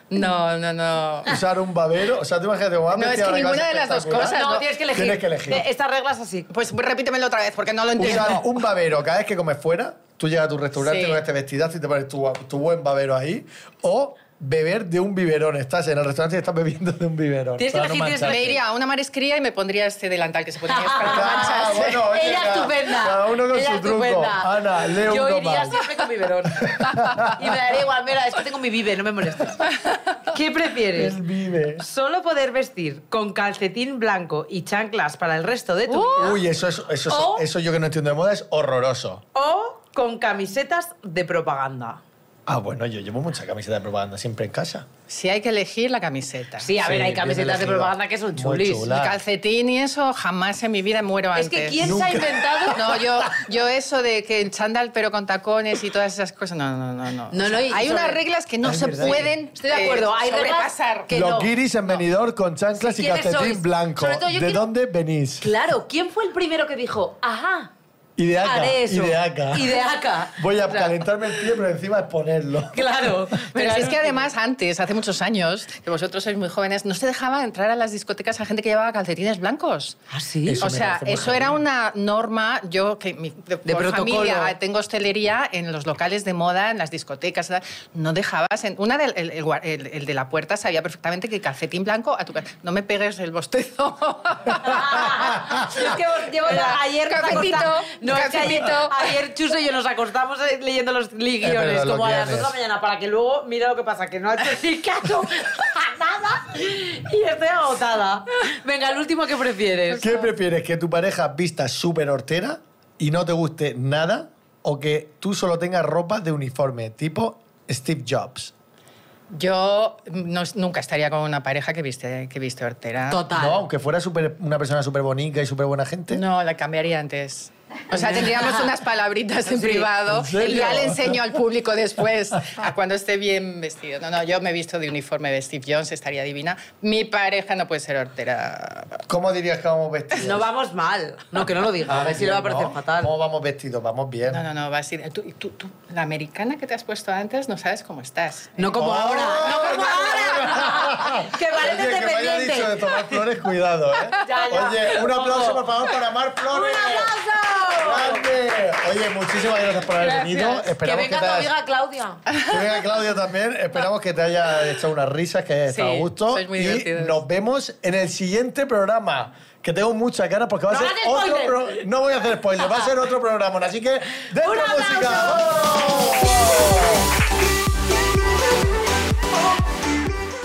[SPEAKER 6] No, no, no.
[SPEAKER 2] Usar un babero, o sea, te imaginas como, ah,
[SPEAKER 6] No,
[SPEAKER 2] me
[SPEAKER 6] es
[SPEAKER 2] estoy
[SPEAKER 6] que
[SPEAKER 2] ahora con
[SPEAKER 6] ninguna
[SPEAKER 2] ese
[SPEAKER 6] de las dos
[SPEAKER 2] espectacular.
[SPEAKER 6] cosas,
[SPEAKER 3] No,
[SPEAKER 6] no,
[SPEAKER 3] tienes que elegir.
[SPEAKER 2] tienes que elegir.
[SPEAKER 3] De- Esta regla es así.
[SPEAKER 6] Pues repítemelo otra vez porque no lo
[SPEAKER 2] Usar
[SPEAKER 6] entiendo.
[SPEAKER 2] un babero cada vez que comes fuera, tú llegas a tu restaurante
[SPEAKER 6] Sí.
[SPEAKER 2] con este vestidazo y te pones tu, tu buen babero ahí, o beber de un biberón. Estás en el restaurante y estás bebiendo de un biberón.
[SPEAKER 6] Tienes que
[SPEAKER 2] para
[SPEAKER 6] elegir,
[SPEAKER 2] no
[SPEAKER 6] tienes-
[SPEAKER 2] mancharte.
[SPEAKER 6] me iría a una marisquería y me pondría este delantal que se ponía para no
[SPEAKER 2] Ah,
[SPEAKER 6] mancharse.
[SPEAKER 2] bueno, oye,
[SPEAKER 3] Ella
[SPEAKER 2] cada-
[SPEAKER 3] estupenda.
[SPEAKER 2] Cada uno con
[SPEAKER 3] Ella
[SPEAKER 2] su truco.
[SPEAKER 3] estupenda.
[SPEAKER 2] Ana, lee
[SPEAKER 3] Yo
[SPEAKER 2] uno
[SPEAKER 3] iría
[SPEAKER 2] más.
[SPEAKER 3] siempre con mi biberón. y me daría igual, mira, es que tengo mi vive, no me molestes. ¿Qué prefieres?
[SPEAKER 2] Él vive.
[SPEAKER 3] ¿Solo poder vestir con calcetín blanco y chanclas para el resto de tu vida?
[SPEAKER 2] Uy, eso, es- eso, es-
[SPEAKER 3] O-
[SPEAKER 2] eso yo que no entiendo de moda es horroroso.
[SPEAKER 3] ¿O con camisetas de propaganda?
[SPEAKER 2] Ah, bueno, yo llevo mucha camiseta de propaganda siempre en casa.
[SPEAKER 6] Si hay que elegir la camiseta.
[SPEAKER 3] Sí, a ver,
[SPEAKER 2] Sí,
[SPEAKER 3] hay
[SPEAKER 2] bien
[SPEAKER 3] camisetas de
[SPEAKER 2] elegido.
[SPEAKER 3] propaganda que son
[SPEAKER 2] Muy
[SPEAKER 3] chulis.
[SPEAKER 2] chula.
[SPEAKER 6] El
[SPEAKER 2] Claro.
[SPEAKER 6] calcetín y eso, jamás en mi vida muero
[SPEAKER 3] Es
[SPEAKER 6] antes.
[SPEAKER 3] que ¿quién
[SPEAKER 2] Nunca.
[SPEAKER 3] se ha inventado?
[SPEAKER 6] No, yo, yo eso de que el chándal pero con tacones y todas esas cosas, no, no, no. no.
[SPEAKER 3] No, no, y
[SPEAKER 6] hay
[SPEAKER 3] sobre-
[SPEAKER 6] unas reglas que no
[SPEAKER 2] Es
[SPEAKER 6] se
[SPEAKER 2] verdad.
[SPEAKER 6] pueden eh,
[SPEAKER 3] Estoy de acuerdo, hay reglas
[SPEAKER 6] sobrepasar.
[SPEAKER 3] que
[SPEAKER 2] Los
[SPEAKER 3] no.
[SPEAKER 2] guiris en Benidorm con chanclas
[SPEAKER 3] Sí,
[SPEAKER 2] y
[SPEAKER 3] ¿quiénes
[SPEAKER 2] calcetín
[SPEAKER 3] sois?
[SPEAKER 2] blanco.
[SPEAKER 3] Sobre todo yo
[SPEAKER 2] ¿De
[SPEAKER 3] quiero-
[SPEAKER 2] dónde venís?
[SPEAKER 3] Claro, ¿quién fue el primero que dijo, ajá,
[SPEAKER 2] Y de acá.
[SPEAKER 3] haré eso?
[SPEAKER 2] Y de acá.
[SPEAKER 3] Y de acá.
[SPEAKER 2] Voy a calentarme el pie, pero encima exponerlo.
[SPEAKER 3] Claro.
[SPEAKER 6] Pero si es que
[SPEAKER 3] además...
[SPEAKER 6] además antes, hace muchos años, que vosotros sois muy jóvenes, no se dejaba entrar a las discotecas a gente que llevaba calcetines blancos.
[SPEAKER 3] ¿Ah, sí?
[SPEAKER 2] Eso
[SPEAKER 6] o
[SPEAKER 2] me
[SPEAKER 6] sea,
[SPEAKER 2] parece muy
[SPEAKER 6] eso era
[SPEAKER 2] genial.
[SPEAKER 6] una norma, yo que mi, de, por
[SPEAKER 3] protocolo.
[SPEAKER 6] familia tengo hostelería en los locales de moda, en las discotecas, tal, no dejabas, en, una del, el, el guar- el- el de la puerta sabía perfectamente que calcetín blanco a tu ca- no me pegues el bostezo.
[SPEAKER 3] Es que llevo
[SPEAKER 6] Era,
[SPEAKER 3] ayer nos
[SPEAKER 6] cafecito,
[SPEAKER 3] acostamos- no, es que ayer,
[SPEAKER 6] cafecito.
[SPEAKER 3] ayer Chuso y yo nos acostamos eh, leyendo los li-
[SPEAKER 2] Es verdad,
[SPEAKER 3] guiones
[SPEAKER 2] los
[SPEAKER 3] como a las 2 de la
[SPEAKER 2] guiones.
[SPEAKER 3] mañana para que luego mira lo que pasa, que no ha hecho ni caso a nada y estoy agotada. Venga, el último que prefieres.
[SPEAKER 2] ¿Qué prefieres? ¿Que tu pareja vista súper hortera y no te guste nada? ¿O que tú solo tengas ropa de uniforme, tipo Steve Jobs?
[SPEAKER 6] Yo no- nunca estaría con una pareja que viste, que viste hortera.
[SPEAKER 3] Total.
[SPEAKER 2] No, aunque fuera súper- una persona súper bonita y súper buena gente.
[SPEAKER 6] No, la cambiaría antes. O sea, tendríamos unas palabritas en
[SPEAKER 3] Sí.
[SPEAKER 6] privado
[SPEAKER 2] ¿En serio?
[SPEAKER 6] y ya le enseño al público después a cuando esté bien vestido. No, no, yo me he visto de uniforme de Steve Jones, estaría divina. Mi pareja no puede ser hortera.
[SPEAKER 2] ¿Cómo dirías que vamos vestidos?
[SPEAKER 3] No vamos mal. No, que no lo diga, a ver si le va a parecer
[SPEAKER 2] No, Oh.
[SPEAKER 3] fatal.
[SPEAKER 2] ¿Cómo vamos vestidos? Vamos bien.
[SPEAKER 6] No, no, no, va a ser... Tú, tú, tú, la americana que te has puesto antes, no sabes cómo estás.
[SPEAKER 3] No como
[SPEAKER 2] Oh,
[SPEAKER 3] ahora, no como
[SPEAKER 2] no,
[SPEAKER 3] ahora. que parece
[SPEAKER 2] Oye, que me haya
[SPEAKER 3] dependiente.
[SPEAKER 2] dicho de tomar flores, cuidado, ¿eh?
[SPEAKER 3] Ya, ya.
[SPEAKER 2] Oye, un aplauso, por favor, para Mar
[SPEAKER 3] ¡Un
[SPEAKER 2] Flores.
[SPEAKER 3] aplauso!
[SPEAKER 2] ¡Grande! Oye, muchísimas gracias por haber venido.
[SPEAKER 3] Que
[SPEAKER 2] Esperamos
[SPEAKER 3] venga
[SPEAKER 2] te
[SPEAKER 3] tu
[SPEAKER 2] hayas-
[SPEAKER 3] amiga Claudia.
[SPEAKER 2] Que venga Claudia también. Esperamos que te haya hecho unas risas, que hayas
[SPEAKER 6] Sí,
[SPEAKER 2] estado a gusto.
[SPEAKER 6] sois muy
[SPEAKER 2] y
[SPEAKER 6] divertidos.
[SPEAKER 2] nos vemos en el siguiente programa. Que tengo muchas ganas porque va
[SPEAKER 3] ¡No
[SPEAKER 2] a ser
[SPEAKER 3] hagas
[SPEAKER 2] otro
[SPEAKER 3] spoiler!
[SPEAKER 2] pro- No voy a hacer spoiler, va a ser otro programa. Así que, dentro
[SPEAKER 3] ¡Un aplauso!
[SPEAKER 2] música. ¡Vamos!